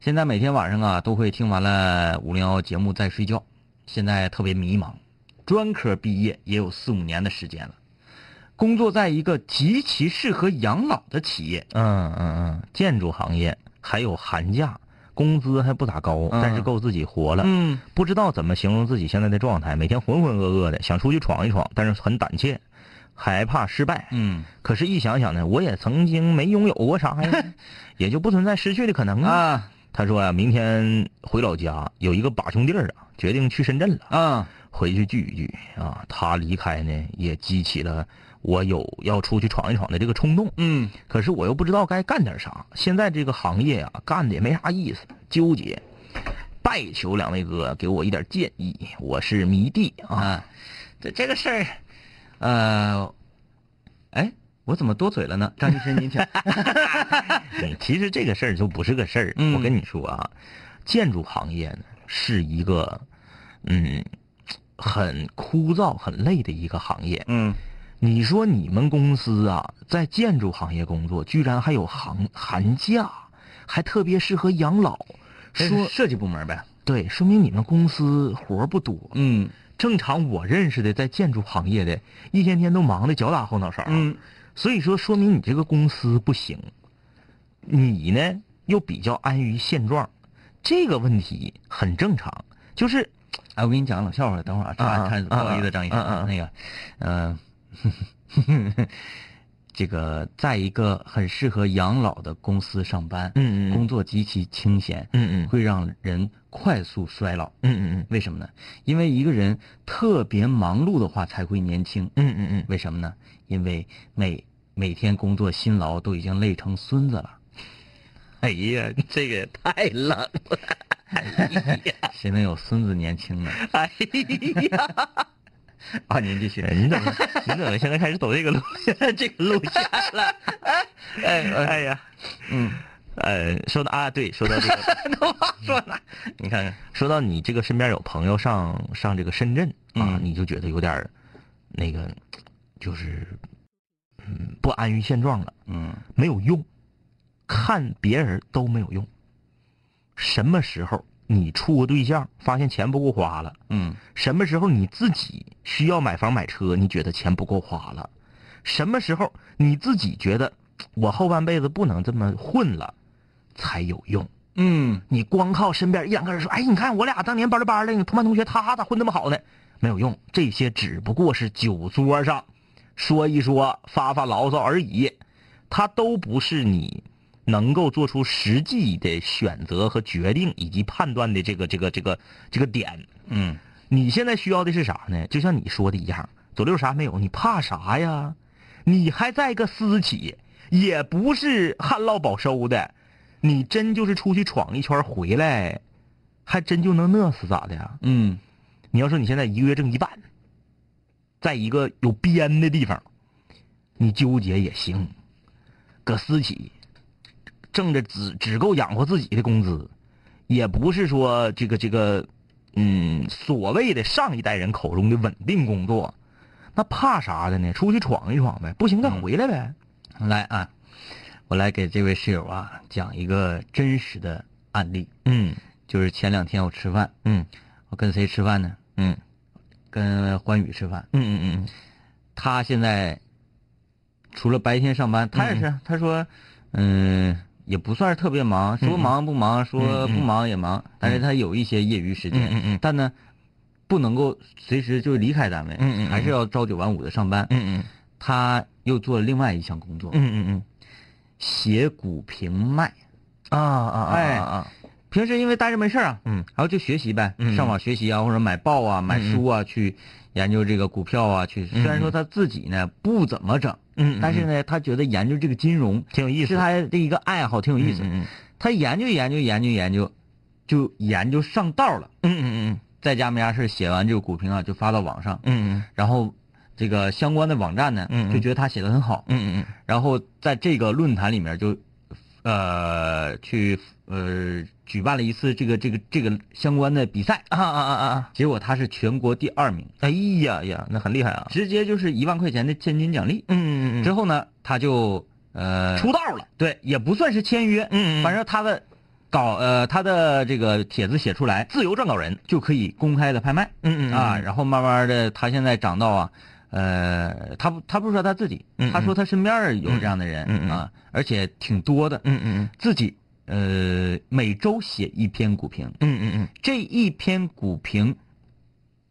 Speaker 6: 现在每天晚上啊都会听完了五零幺节目再睡觉，现在特别迷茫，专科毕业也有四五年的时间了，工作在一个极其适合养老的企业，
Speaker 7: 嗯嗯嗯，建筑行业还有寒假，工资还不咋高，
Speaker 6: 嗯
Speaker 7: 但是够自己活了。
Speaker 6: 嗯，
Speaker 7: 不知道怎么形容自己现在的状态，每天浑浑噩噩的，想出去闯一闯，但是很胆怯，害怕失败。
Speaker 6: 嗯
Speaker 7: 可是，一想想呢，我也曾经没拥有过 啥呀，也就不存在失去的可能啊。
Speaker 6: 啊
Speaker 7: 他说啊，明天回老家，有一个把兄弟儿啊，决定去深圳了。
Speaker 6: 啊，
Speaker 7: 回去聚一聚啊。他离开呢，也激起了我有要出去闯一闯的这个冲动。
Speaker 6: 嗯
Speaker 7: 可是我又不知道该干点啥。现在这个行业呀、干的也没啥意思，纠结。拜求两位哥给我一点建议，我是迷弟啊。
Speaker 6: 啊，这这个事儿，呃，哎，我怎么多嘴了呢？张医生，您请。
Speaker 7: 对其实这个事儿就不是个事儿。
Speaker 6: 嗯
Speaker 7: 我跟你说啊，建筑行业呢是一个嗯很枯燥、很累的一个行业。
Speaker 6: 嗯
Speaker 7: 你说你们公司啊，在建筑行业工作，居然还有寒寒假，还特别适合养老。
Speaker 6: 说
Speaker 7: 说
Speaker 6: 设计部门呗。
Speaker 7: 对，说明你们公司活儿不多。
Speaker 6: 嗯
Speaker 7: 正常我认识的在建筑行业的，一天天都忙得脚打后脑勺。，
Speaker 6: 嗯
Speaker 7: 所以说说明你这个公司不行。你呢又比较安于现状，这个问题很正常。就是
Speaker 6: 哎，我跟你讲个冷笑话，等会儿啊，插
Speaker 7: 啊
Speaker 6: 插，不好意思，
Speaker 7: 啊
Speaker 6: 张医生，
Speaker 7: 啊啊
Speaker 6: 那个，嗯、呃，这个在一个很适合养老的公司上班，
Speaker 7: 嗯嗯嗯
Speaker 6: 工作极其清闲，
Speaker 7: 嗯嗯
Speaker 6: 会让人快速衰老。
Speaker 7: 嗯嗯
Speaker 6: 为什么呢？因为一个人特别忙碌的话才会年轻。
Speaker 7: 嗯嗯嗯
Speaker 6: 为什么呢？因为每每天工作辛劳都已经累成孙子了。
Speaker 7: 哎呀，这个也太冷了。
Speaker 6: 谁能有孙子年轻呢？
Speaker 7: 哎呀，
Speaker 6: 啊，您继续。
Speaker 7: 你怎么你怎么现在开始走这个路 这个路线了？哎哎呀，
Speaker 6: 嗯，
Speaker 7: 呃，说到啊，对，说到这个 都忘说了，你看看，说到你这个身边有朋友上上这个深圳啊，
Speaker 6: 嗯
Speaker 7: 你就觉得有点儿那个，就是嗯不安于现状了，
Speaker 6: 嗯
Speaker 7: 没有用，看别人都没有用，什么时候
Speaker 6: 你处过对象，发现钱不够花了，
Speaker 7: 嗯，
Speaker 6: 什么时候你自己需要买房买车，你觉得钱不够花了？什么时候你自己觉得我后半辈子不能这么混了，才有用？
Speaker 7: 嗯，
Speaker 6: 你光靠身边一两个人说，哎，你看我俩当年班儿班儿的，你同班同学，他咋混那么好呢？没有用，这些只不过是酒桌上说一说、发发牢骚而已，它都不是你能够做出实际的选择和决定以及判断的这个这个这个这个点。
Speaker 7: 嗯，
Speaker 6: 你现在需要的是啥呢？就像你说的一样，左六啥没有，你怕啥呀？你还在个私企，也不是旱涝保收的，你真就是出去闯一圈回来，还真就能饿死咋的呀？
Speaker 7: 嗯，
Speaker 6: 你要说你现在一个月挣一万，在一个有边的地方，你纠结也行，搁私企挣着只只够养活自己的工资，也不是说这个这个，嗯，所谓的上一代人口中的稳定工作，那怕啥的呢？出去闯一闯呗，不行再回来呗。
Speaker 7: 来啊，我来给这位室友啊讲一个真实的案例。
Speaker 6: 嗯
Speaker 7: 就是前两天我吃饭，
Speaker 6: 嗯
Speaker 7: 我跟谁吃饭呢？
Speaker 6: 嗯
Speaker 7: 跟欢宇吃饭。
Speaker 6: 嗯嗯嗯
Speaker 7: 他现在除了白天上班，他也是，啊
Speaker 6: 嗯
Speaker 7: 他说，嗯、也不算是特别忙，说
Speaker 6: 嗯
Speaker 7: 忙不忙，说不忙也忙，但是他有一些业余时间，
Speaker 6: 嗯嗯嗯
Speaker 7: 但呢，不能够随时就离开单位，
Speaker 6: 嗯嗯嗯
Speaker 7: 还是要朝九晚五的上班。
Speaker 6: 嗯
Speaker 7: 他又做了另外一项工作，
Speaker 6: 嗯嗯
Speaker 7: 写股评卖。
Speaker 6: 嗯啊啊啊啊！
Speaker 7: 平时因为待着没事儿啊，
Speaker 6: 嗯，
Speaker 7: 然后就学习呗，
Speaker 6: 嗯
Speaker 7: 上网学习啊，或者买报啊、买书啊，去研究这个股票啊，去。虽然说他自己呢不怎么整，
Speaker 6: 嗯嗯
Speaker 7: 但是呢，他觉得研究这个金融
Speaker 6: 挺有意思
Speaker 7: 是他的一个爱好，挺有意思。
Speaker 6: 嗯嗯
Speaker 7: 他研究研究研究研究，就研究上道了。
Speaker 6: 嗯嗯
Speaker 7: 在家没啥事儿写完这个股评啊，就发到网上，
Speaker 6: 嗯
Speaker 7: 然后这个相关的网站呢，
Speaker 6: 嗯嗯
Speaker 7: 就觉得他写的很好，
Speaker 6: 嗯嗯
Speaker 7: 然后在这个论坛里面就，呃，去呃举办了一次这个这个这个相关的比赛，
Speaker 6: 啊啊啊啊！
Speaker 7: 结果他是全国第二名，
Speaker 6: 哎呀呀，那很厉害啊！
Speaker 7: 直接就是一万块钱的现金奖励。
Speaker 6: 嗯
Speaker 7: 之后呢，他就呃
Speaker 6: 出道了。
Speaker 7: 对，也不算是签约，
Speaker 6: 嗯嗯嗯
Speaker 7: 反正他的稿呃他的这个帖子写出来，
Speaker 6: 自由撰稿人。
Speaker 7: 就可以公开的拍卖。
Speaker 6: 嗯
Speaker 7: 啊，然后慢慢的，他现在长到啊，呃，他不，他不是说他自己，
Speaker 6: 嗯嗯
Speaker 7: 他说他身边儿有这样的人、
Speaker 6: 嗯嗯嗯
Speaker 7: 啊，而且挺多的，
Speaker 6: 嗯嗯
Speaker 7: 自己呃每周写一篇股评，
Speaker 6: 嗯嗯嗯
Speaker 7: 这一篇股评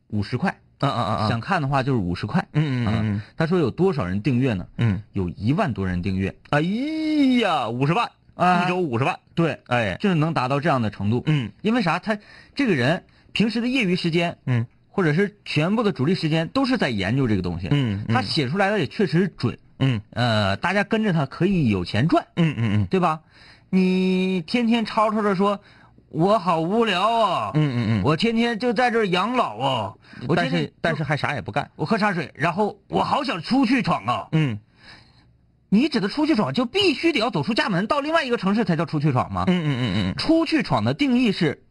Speaker 7: 五十块，
Speaker 6: 嗯啊啊啊！
Speaker 7: 想看的话就是五十块，
Speaker 6: 嗯嗯嗯
Speaker 7: 啊，他说有多少人订阅呢？
Speaker 6: 嗯
Speaker 7: 有一万多人订阅，哎
Speaker 6: 哎呀，五十万，一周五十万。
Speaker 7: 对，
Speaker 6: 哎，
Speaker 7: 就是能达到这样的程度，
Speaker 6: 嗯
Speaker 7: 因为啥？他这个人平时的业余时间，
Speaker 6: 嗯
Speaker 7: 或者是全部的主力时间都是在研究这个东西，
Speaker 6: 嗯嗯
Speaker 7: 他写出来的也确实准，
Speaker 6: 嗯
Speaker 7: 呃，大家跟着他可以有钱赚，
Speaker 6: 嗯嗯
Speaker 7: 对吧？你天天吵吵着说，我好无聊啊，
Speaker 6: 嗯嗯
Speaker 7: 我天天就在这儿养老啊，我
Speaker 6: 但
Speaker 7: 天天
Speaker 6: 是但是还啥也不干。
Speaker 7: 我喝茶水，然后我好想出去闯啊！
Speaker 6: 嗯
Speaker 7: 你指的出去闯，就必须得要走出家门，到另外一个城市才叫出去闯吗？
Speaker 6: 嗯嗯嗯
Speaker 7: 出去闯的定义是，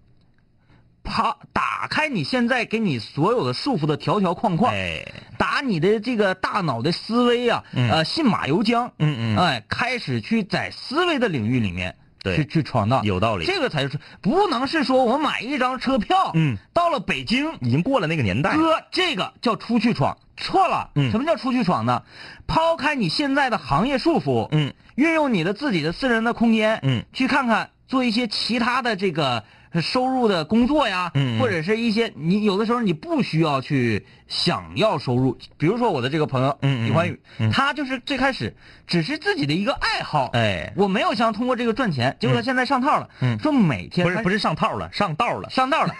Speaker 7: 啪，打开你现在给你所有的束缚的条条框框，
Speaker 6: 哎，
Speaker 7: 打你的这个大脑的思维啊，
Speaker 6: 嗯
Speaker 7: 呃，信马由缰，
Speaker 6: 嗯嗯
Speaker 7: 哎，开始去在思维的领域里面
Speaker 6: 对
Speaker 7: 去去闯荡，
Speaker 6: 有道理
Speaker 7: 这个才是不能是说我买一张车票，
Speaker 6: 嗯，
Speaker 7: 到了北京，
Speaker 6: 已经过了那个年代。
Speaker 7: 哥，这个叫出去闯，错了。
Speaker 6: 嗯
Speaker 7: 什么叫出去闯呢？抛开你现在的行业束缚，
Speaker 6: 嗯，
Speaker 7: 运用你的自己的私人的空间，
Speaker 6: 嗯，
Speaker 7: 去看看做一些其他的这个呃收入的工作呀，
Speaker 6: 嗯嗯
Speaker 7: 或者是一些你有的时候你不需要去想要收入，比如说我的这个朋友，
Speaker 6: 嗯嗯
Speaker 7: 李欢宇，
Speaker 6: 嗯
Speaker 7: 他就是最开始只是自己的一个爱好，
Speaker 6: 哎，
Speaker 7: 我没有想通过这个赚钱，结果他现在上套了，
Speaker 6: 嗯
Speaker 7: 说每天
Speaker 6: 不是不是上套了，上道了。
Speaker 7: 上道 了。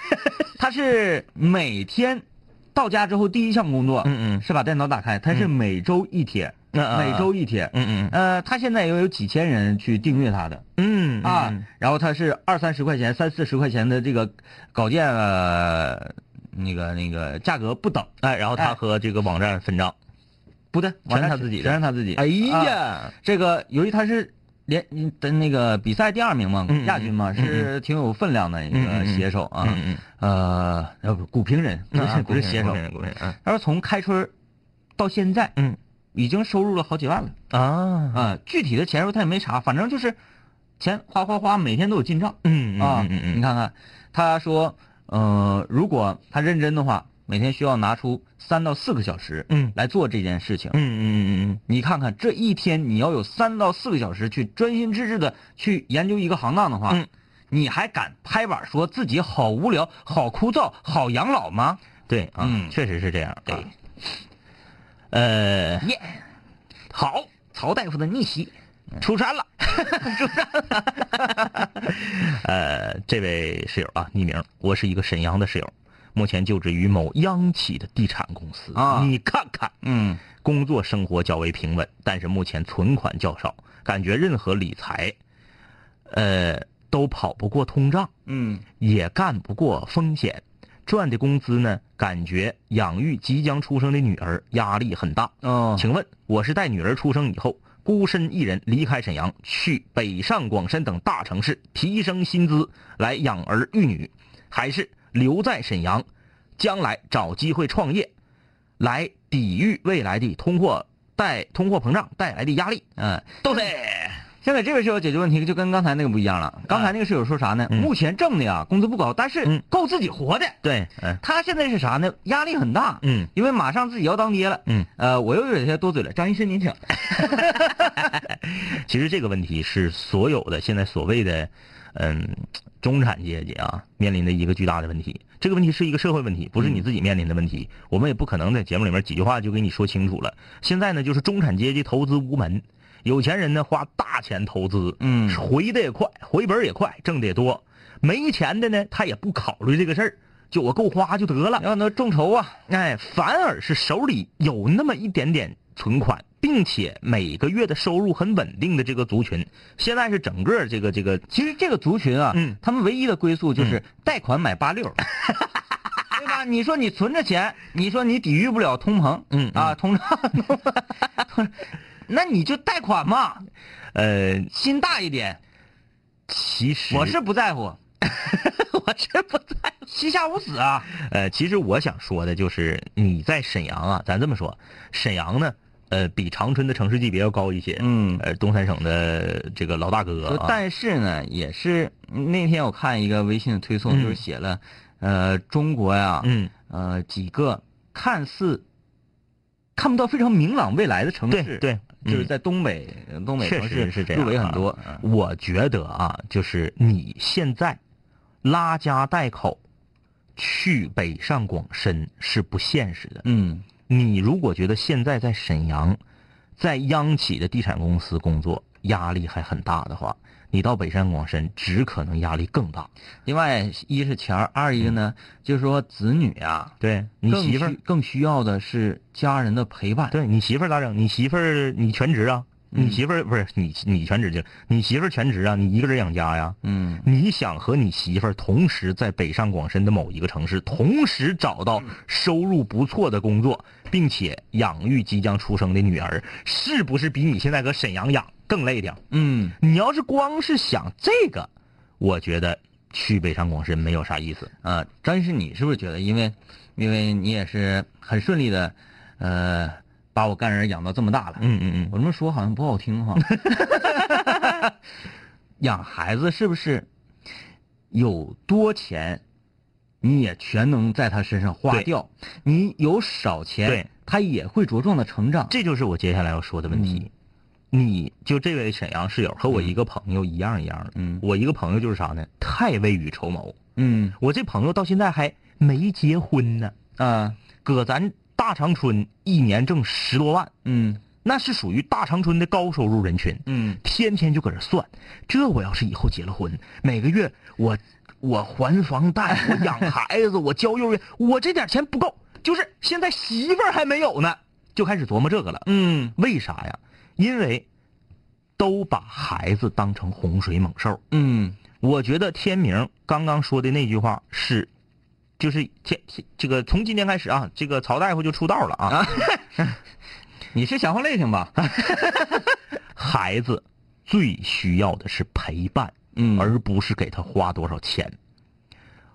Speaker 7: 他是每天到家之后第一项工作，
Speaker 6: 嗯嗯
Speaker 7: 是把电脑打开。他是每周一帖，
Speaker 6: 嗯嗯嗯
Speaker 7: 每周一帖。
Speaker 6: 嗯
Speaker 7: 呃，他现在也有几千人去订阅他的
Speaker 6: 嗯嗯
Speaker 7: 啊，然后他是二三十块钱、三四十块钱的这个稿件，呃那个那个价格不等，
Speaker 6: 哎，然后他和这个网站分账。
Speaker 7: 不对，
Speaker 6: 全是
Speaker 7: 完
Speaker 6: 他自己的
Speaker 7: 全是他自己。
Speaker 6: 哎呀
Speaker 7: 啊，这个由于他是连嗯的那个比赛第二名嘛
Speaker 6: 嗯嗯，
Speaker 7: 亚军嘛，是挺有分量的一
Speaker 6: 嗯
Speaker 7: 个
Speaker 6: 嗯嗯
Speaker 7: 写手啊。
Speaker 6: 嗯啊
Speaker 7: 呃，呃，不股评人， 不是不是写手。他说从开春儿到现在，
Speaker 6: 嗯，
Speaker 7: 已经收入了好几万了
Speaker 6: 啊。
Speaker 7: 啊、具体的钱数他也没查，反正就是钱花花花，每天都有进账
Speaker 6: 嗯
Speaker 7: 啊。
Speaker 6: 嗯嗯
Speaker 7: 你看看，
Speaker 6: 他说，呃，如果他认真的话，每天需要拿出三到四个小时，
Speaker 7: 嗯
Speaker 6: 来做这件事情。
Speaker 7: 嗯嗯嗯嗯
Speaker 6: 你看看这一天，你要有三到四个小时去专心致志的去研究一个行当的话，
Speaker 7: 嗯
Speaker 6: 你还敢拍板说自己好无聊、好枯燥、好养老吗？
Speaker 7: 嗯，对啊，
Speaker 6: 嗯
Speaker 7: 确实是这样。啊，呃，
Speaker 6: 耶、好，曹大夫的逆袭，
Speaker 7: 出 山了，出山了。 呃，这位室友啊，匿名，我是一个沈阳的室友，目前就职于某央企的地产公司
Speaker 6: 啊
Speaker 7: 你看看，
Speaker 6: 嗯。
Speaker 7: 工作生活较为平稳，但是目前存款较少，感觉任何理财，呃，都跑不过通胀，
Speaker 6: 嗯
Speaker 7: 也干不过风险。赚的工资呢，感觉养育即将出生的女儿压力很大。
Speaker 6: 哦，
Speaker 7: 请问，我是带女儿出生以后，孤身一人离开沈阳，去北上广深等大城市提升薪资来养儿育女，还是留在沈阳，将来找机会创业，来抵御未来的通货带通货膨胀带来的压力？啊
Speaker 6: 嗯，
Speaker 7: 都得
Speaker 6: 现在这位室友解决问题就跟刚才那个不一样了。刚才那个室友说啥呢？
Speaker 7: 嗯
Speaker 6: 目前挣的呀，工资不高，但是
Speaker 7: 嗯
Speaker 6: 够自己活的。
Speaker 7: 对，嗯
Speaker 6: 他现在是啥呢？啊压力很大，
Speaker 7: 嗯
Speaker 6: 因为马上自己要当爹了。
Speaker 7: 嗯，
Speaker 6: 呃，我又有些多嘴了。张医生，您请。
Speaker 7: 其实这个问题是所有的现在所谓的，嗯，中产阶级啊面临的一个巨大的问题。这个问题是一个社会问题，不是你自己面临的问题。我们也不可能在节目里面几句话就给你说清楚了。现在呢，就是中产阶级投资无门，有钱人呢花大钱投资，
Speaker 6: 嗯
Speaker 7: 回的也快，回本儿也快，挣的也多。没钱的呢，他也不考虑这个事儿，就我够花就得了。
Speaker 6: 要那众筹啊，
Speaker 7: 哎，反而是手里有那么一点点存款，并且每个月的收入很稳定的这个族群，现在是整个这个这个，
Speaker 6: 其实这个族群啊，
Speaker 7: 嗯
Speaker 6: 他们唯一的归宿就是贷款买八六。 对吧？你说你存着钱，你说你抵御不了通膨，
Speaker 7: 嗯
Speaker 6: 啊，通胀，那你就贷款嘛，
Speaker 7: 呃，
Speaker 6: 心大一点，
Speaker 7: 其实
Speaker 6: 我是不在乎， 我是不在乎，膝下无子啊！
Speaker 7: 呃，其实我想说的就是你在沈阳啊，咱这么说，沈阳呢，呃，比长春的城市级别要高一些，
Speaker 6: 嗯
Speaker 7: 呃，东三省的这个老大哥
Speaker 6: 说
Speaker 7: 啊，
Speaker 6: 但是呢，也是那天我看一个微信的推送，
Speaker 7: 嗯
Speaker 6: 就是写了，呃，中国呀，
Speaker 7: 嗯，
Speaker 6: 呃，几个看似看不到非常明朗未来的城
Speaker 7: 对
Speaker 6: 市，，
Speaker 7: 对，
Speaker 6: 就是
Speaker 7: 嗯
Speaker 6: 在东北，呃东北
Speaker 7: 确
Speaker 6: 城
Speaker 7: 实
Speaker 6: 市
Speaker 7: 是这样、啊，
Speaker 6: 入围很多，
Speaker 7: 我觉得啊，就是你现在拉家带口去北上广深是不现实的。
Speaker 6: 嗯
Speaker 7: 你如果觉得现在在沈阳，在央企的地产公司工作压力还很大的话，你到北上广深只可能压力更大。
Speaker 6: 另外，一是钱儿，二一个呢，就是说子女啊，
Speaker 7: 嗯对你
Speaker 6: 更
Speaker 7: 媳妇儿
Speaker 6: 需，更需要的是家人的陪伴。
Speaker 7: 对你媳妇儿咋整？你媳妇儿你全职啊？你
Speaker 6: 嗯
Speaker 7: 媳妇儿不是你你全职去了，你媳妇儿全职啊？你一个人养家呀、
Speaker 6: 嗯，
Speaker 7: 你想和你媳妇儿同时在北上广深的某一个城市，同时找
Speaker 6: 嗯
Speaker 7: 到收入不错的工作，并且养育即将出生的女儿，是不是比你现在搁沈阳养更累点儿？
Speaker 6: 嗯，
Speaker 7: 你要是光是想这个，我觉得去北上广深没有啥意思。
Speaker 6: 啊，张医师，你是不是觉得，因为，因为你也是很顺利的，呃，把我干儿养到这么大了？
Speaker 7: 嗯嗯嗯，
Speaker 6: 我这么说好像不好听 哈。养孩子是不是有多钱，你也全能在他身上花
Speaker 7: 对
Speaker 6: 掉？你有少
Speaker 7: 对
Speaker 6: 钱，他也会茁壮的成长。
Speaker 7: 这就是我接下来要说的问题。你就这位沈阳室友和我一个朋友一样一样的，
Speaker 6: 嗯
Speaker 7: 我一个朋友就是啥呢？太未雨绸缪。
Speaker 6: 嗯
Speaker 7: 我这朋友到现在还没结婚呢，
Speaker 6: 啊
Speaker 7: 搁咱大长春一年挣十多万，
Speaker 6: 嗯
Speaker 7: 那是属于大长春的高收入人群。
Speaker 6: 嗯
Speaker 7: 天天就搁这算，这我要是以后结了婚，每个月我我还房贷， 我养孩子，我交幼儿园，我这点钱不够，就是现在媳妇儿还没有呢，就开始琢磨这个了。
Speaker 6: 嗯
Speaker 7: 为啥呀？因为都把孩子当成洪水猛兽，
Speaker 6: 嗯
Speaker 7: 我觉得天明刚刚说的那句话是，就是这这个从今天开始啊，这个曹大夫就出道了啊。
Speaker 6: 你是想换类型 吧？
Speaker 7: 孩子最需要的是陪伴，
Speaker 6: 嗯
Speaker 7: 而不是给他花多少钱。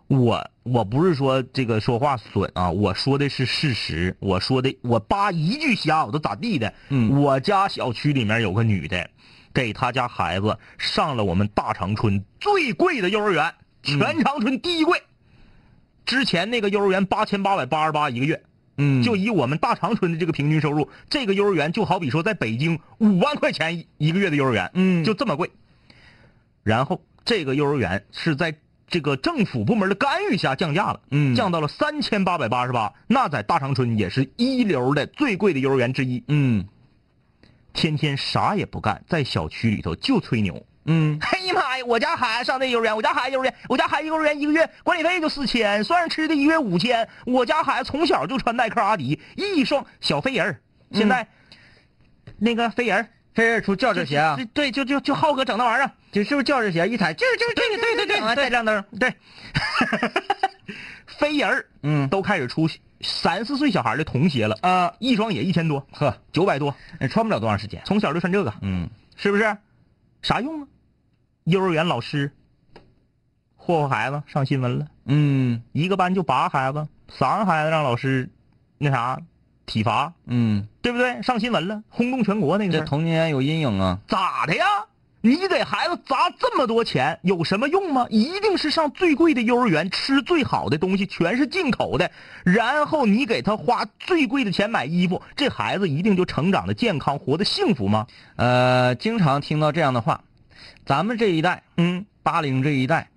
Speaker 7: 我我不是说这个说话损啊，我说的是事实。我说的我扒一句瞎我都咋地的？
Speaker 6: 嗯
Speaker 7: 我家小区里面有个女的，给她家孩子上了我们大长春最贵的幼儿园，全
Speaker 6: 嗯
Speaker 7: 长春第一贵。之前那个幼儿园八千八百八十八一个月，
Speaker 6: 嗯，
Speaker 7: 就以我们大长春的这个平均收入，这个幼儿园就好比说在北京五万块钱一一个月的幼儿园，
Speaker 6: 嗯
Speaker 7: 就这么贵。然后这个幼儿园是在这个政府部门的干预下降价了，
Speaker 6: 嗯
Speaker 7: 降到了三千八百八十八，那在大长春也是一流的最贵的幼儿园之一。
Speaker 6: 嗯
Speaker 7: 天天啥也不干，在小区里头就吹牛。
Speaker 6: 嗯
Speaker 7: 哎呀妈呀！我家孩子上那幼儿园，我家孩子幼儿园，我家孩子幼儿园一个月管理费就四千，算上吃的一个月五千。我家孩子从小就穿耐克、阿迪，一双小飞人儿现在、那个飞人儿
Speaker 6: 这是出轿车鞋啊
Speaker 7: 就，对，就就就浩哥整那玩意儿，
Speaker 6: 这是不是轿车鞋？一抬，这这这
Speaker 7: 对对对对对，带亮灯，对，飞人儿
Speaker 6: 嗯
Speaker 7: 都开始出三四岁小孩的童鞋了啊，一双也一千多，呵，九百多，
Speaker 6: 这穿不了多长时间。
Speaker 7: 从小就穿这个，
Speaker 6: 嗯
Speaker 7: 是不是？啥用啊？幼儿园老师霍霍孩子上新闻了，
Speaker 6: 嗯
Speaker 7: 一个班就八个孩子，三个孩子让老师那啥体罚，
Speaker 6: 嗯，
Speaker 7: 对不对？上新闻了，轰动全国那个事
Speaker 6: 这
Speaker 7: 儿
Speaker 6: 童年有阴影啊。
Speaker 7: 咋的呀？你给孩子砸这么多钱有什么用吗？一定是上最贵的幼儿园，吃最好的东西，全是进口的，然后你给他花最贵的钱买衣服，这孩子一定就成长的健康，活得幸福吗？
Speaker 6: 呃，经常听到这样的话，咱们这一代，
Speaker 7: 嗯，
Speaker 6: 八零这一代，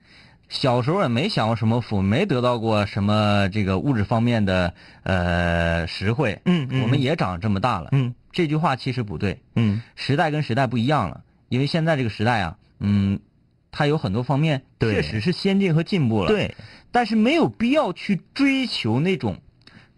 Speaker 6: 小时候也没享过什么福，没得到过什么这个物质方面的呃实惠。
Speaker 7: 嗯嗯
Speaker 6: 我们也长这么大了。
Speaker 7: 嗯
Speaker 6: 这句话其实不对，
Speaker 7: 嗯，
Speaker 6: 时代跟时代不一样了，因为现在这个时代啊，嗯，它有很多方面
Speaker 7: 对
Speaker 6: 确实是先进和进步了。，
Speaker 7: 对
Speaker 6: 但是没有必要去追求那种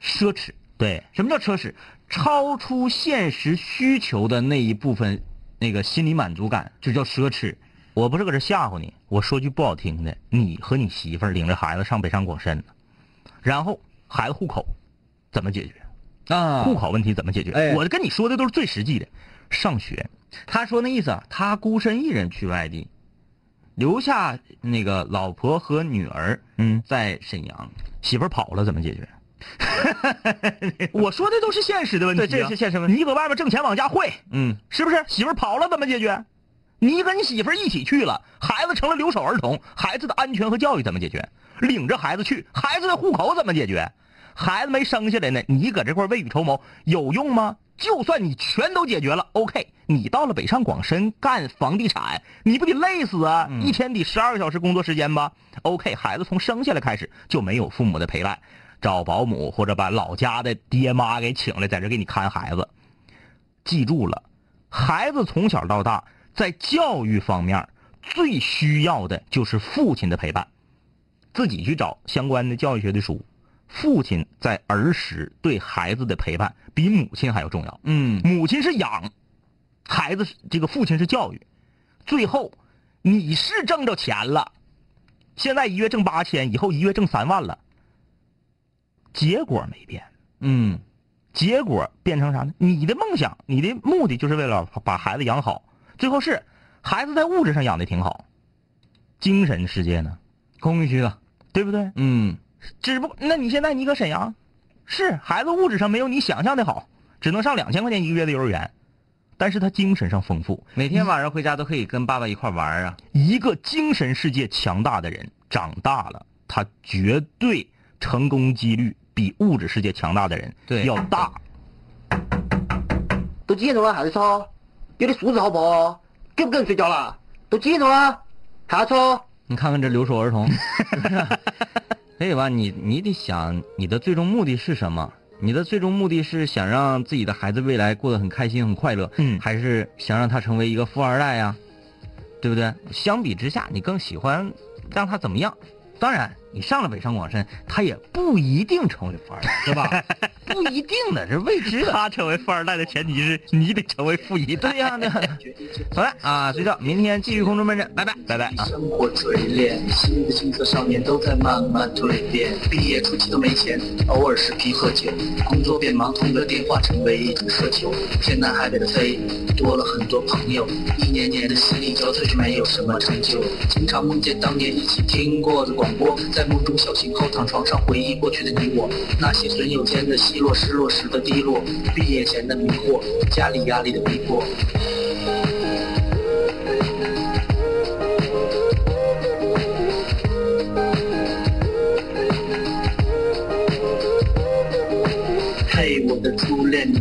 Speaker 6: 奢侈。
Speaker 7: 对，
Speaker 6: 什么叫奢侈？超出现实需求的那一部分，那个心理满足感就叫奢侈。
Speaker 7: 我不是搁这吓唬你，我说句不好听的，你和你媳妇儿领着孩子上北上广深了，然后孩子户口怎么解决？
Speaker 6: 啊
Speaker 7: 户口问题怎么解决？
Speaker 6: 哎
Speaker 7: 我跟你说的都是最实际的，上学。
Speaker 6: 他说那意思啊，他孤身一人去外地，留下那个老婆和女儿
Speaker 7: 嗯，
Speaker 6: 在沈阳。
Speaker 7: 媳妇儿跑了怎么解决？ 我说的都是现实的问题、啊，
Speaker 6: 对这是
Speaker 7: 现实问题。你搁外面挣钱往家汇，
Speaker 6: 嗯，
Speaker 7: 是不是？媳妇儿跑了怎么解决？你跟你媳妇儿一起去了，孩子成了留守儿童，孩子的安全和教育怎么解决？领着孩子去，孩子的户口怎么解决？孩子没生下来呢，你搁这块儿未雨绸缪有用吗？就算你全都解决了，OK，你到了北上广深干房地产，你不得累死啊？一天得十二个小时工作时间吧？OK，孩子从生下来开始就没有父母的陪伴，找保姆或者把老家的爹妈给请来，在这给你看孩子。记住了，孩子从小到大在教育方面最需要的就是父亲的陪伴。自己去找相关的教育学的书，父亲在儿时对孩子的陪伴比母亲还要重要。
Speaker 6: 嗯
Speaker 7: 母亲是养，孩子是这个父亲是教育。最后，你是挣着钱了，现在一月挣八千，以后一月挣三万了，结果没变。
Speaker 6: 嗯
Speaker 7: 结果变成啥呢？你的梦想，你的目的就是为了把孩子养好。最后是孩子在物质上养的挺好，精神世界呢，
Speaker 6: 空虚了。
Speaker 7: 对不对？
Speaker 6: 嗯
Speaker 7: 只不过那你现在你搁沈阳，是孩子物质上没有你想象的好，只能上两千块钱一个月的幼儿园，但是他精神上丰富。
Speaker 6: 每天晚上回家都可以跟爸爸一块玩儿啊。
Speaker 7: 一个精神世界强大的人，长大了，他绝对成功几率比物质世界强大的人
Speaker 6: 对
Speaker 7: 要大。
Speaker 4: 都几点钟了还在吵？有点素质好不好？给不给人睡觉了？都几点钟了还吵？
Speaker 6: 你看看这留守儿童， 所以吧，你你得想你的最终目的是什么？你的最终目的是想让自己的孩子未来过得很开心、很快乐，
Speaker 7: 嗯
Speaker 6: 还是想让他成为一个富二代呀？对不对？相比之下，你更喜欢让他怎么样？当然，你上了北上广深，他也不一定成为富二代，对吧？不一定的，这是未知的。
Speaker 7: 他成为富二代的前提是你得成为富一代。
Speaker 6: 对呀、对呀、 好了啊，睡觉，明天继续空中门诊，拜拜，拜拜啊。
Speaker 10: 生活锤炼，新的青涩少年都在慢慢蜕变。毕业初期都没钱，偶尔是皮喝酒，工作变忙，通个电话成为一种奢求。天南海北的飞，多了很多朋友，一年年的心力交瘁却没有什么成就。经常梦见当年一起听过的广播，在梦中小醒后躺床上回忆过去的你我，那些损友间的奚落，失落时的低落，毕业前的迷惑，家里压力的逼迫。
Speaker 1: 我
Speaker 6: 嘿，我的初恋，你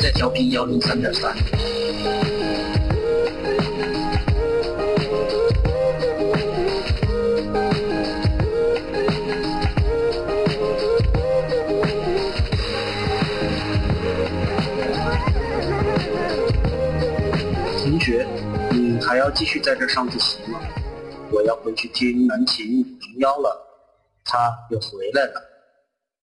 Speaker 6: 在调频幺零三点三。同学，你还要继续在这上自习吗？我要回去听南琴零幺了，他又回来了。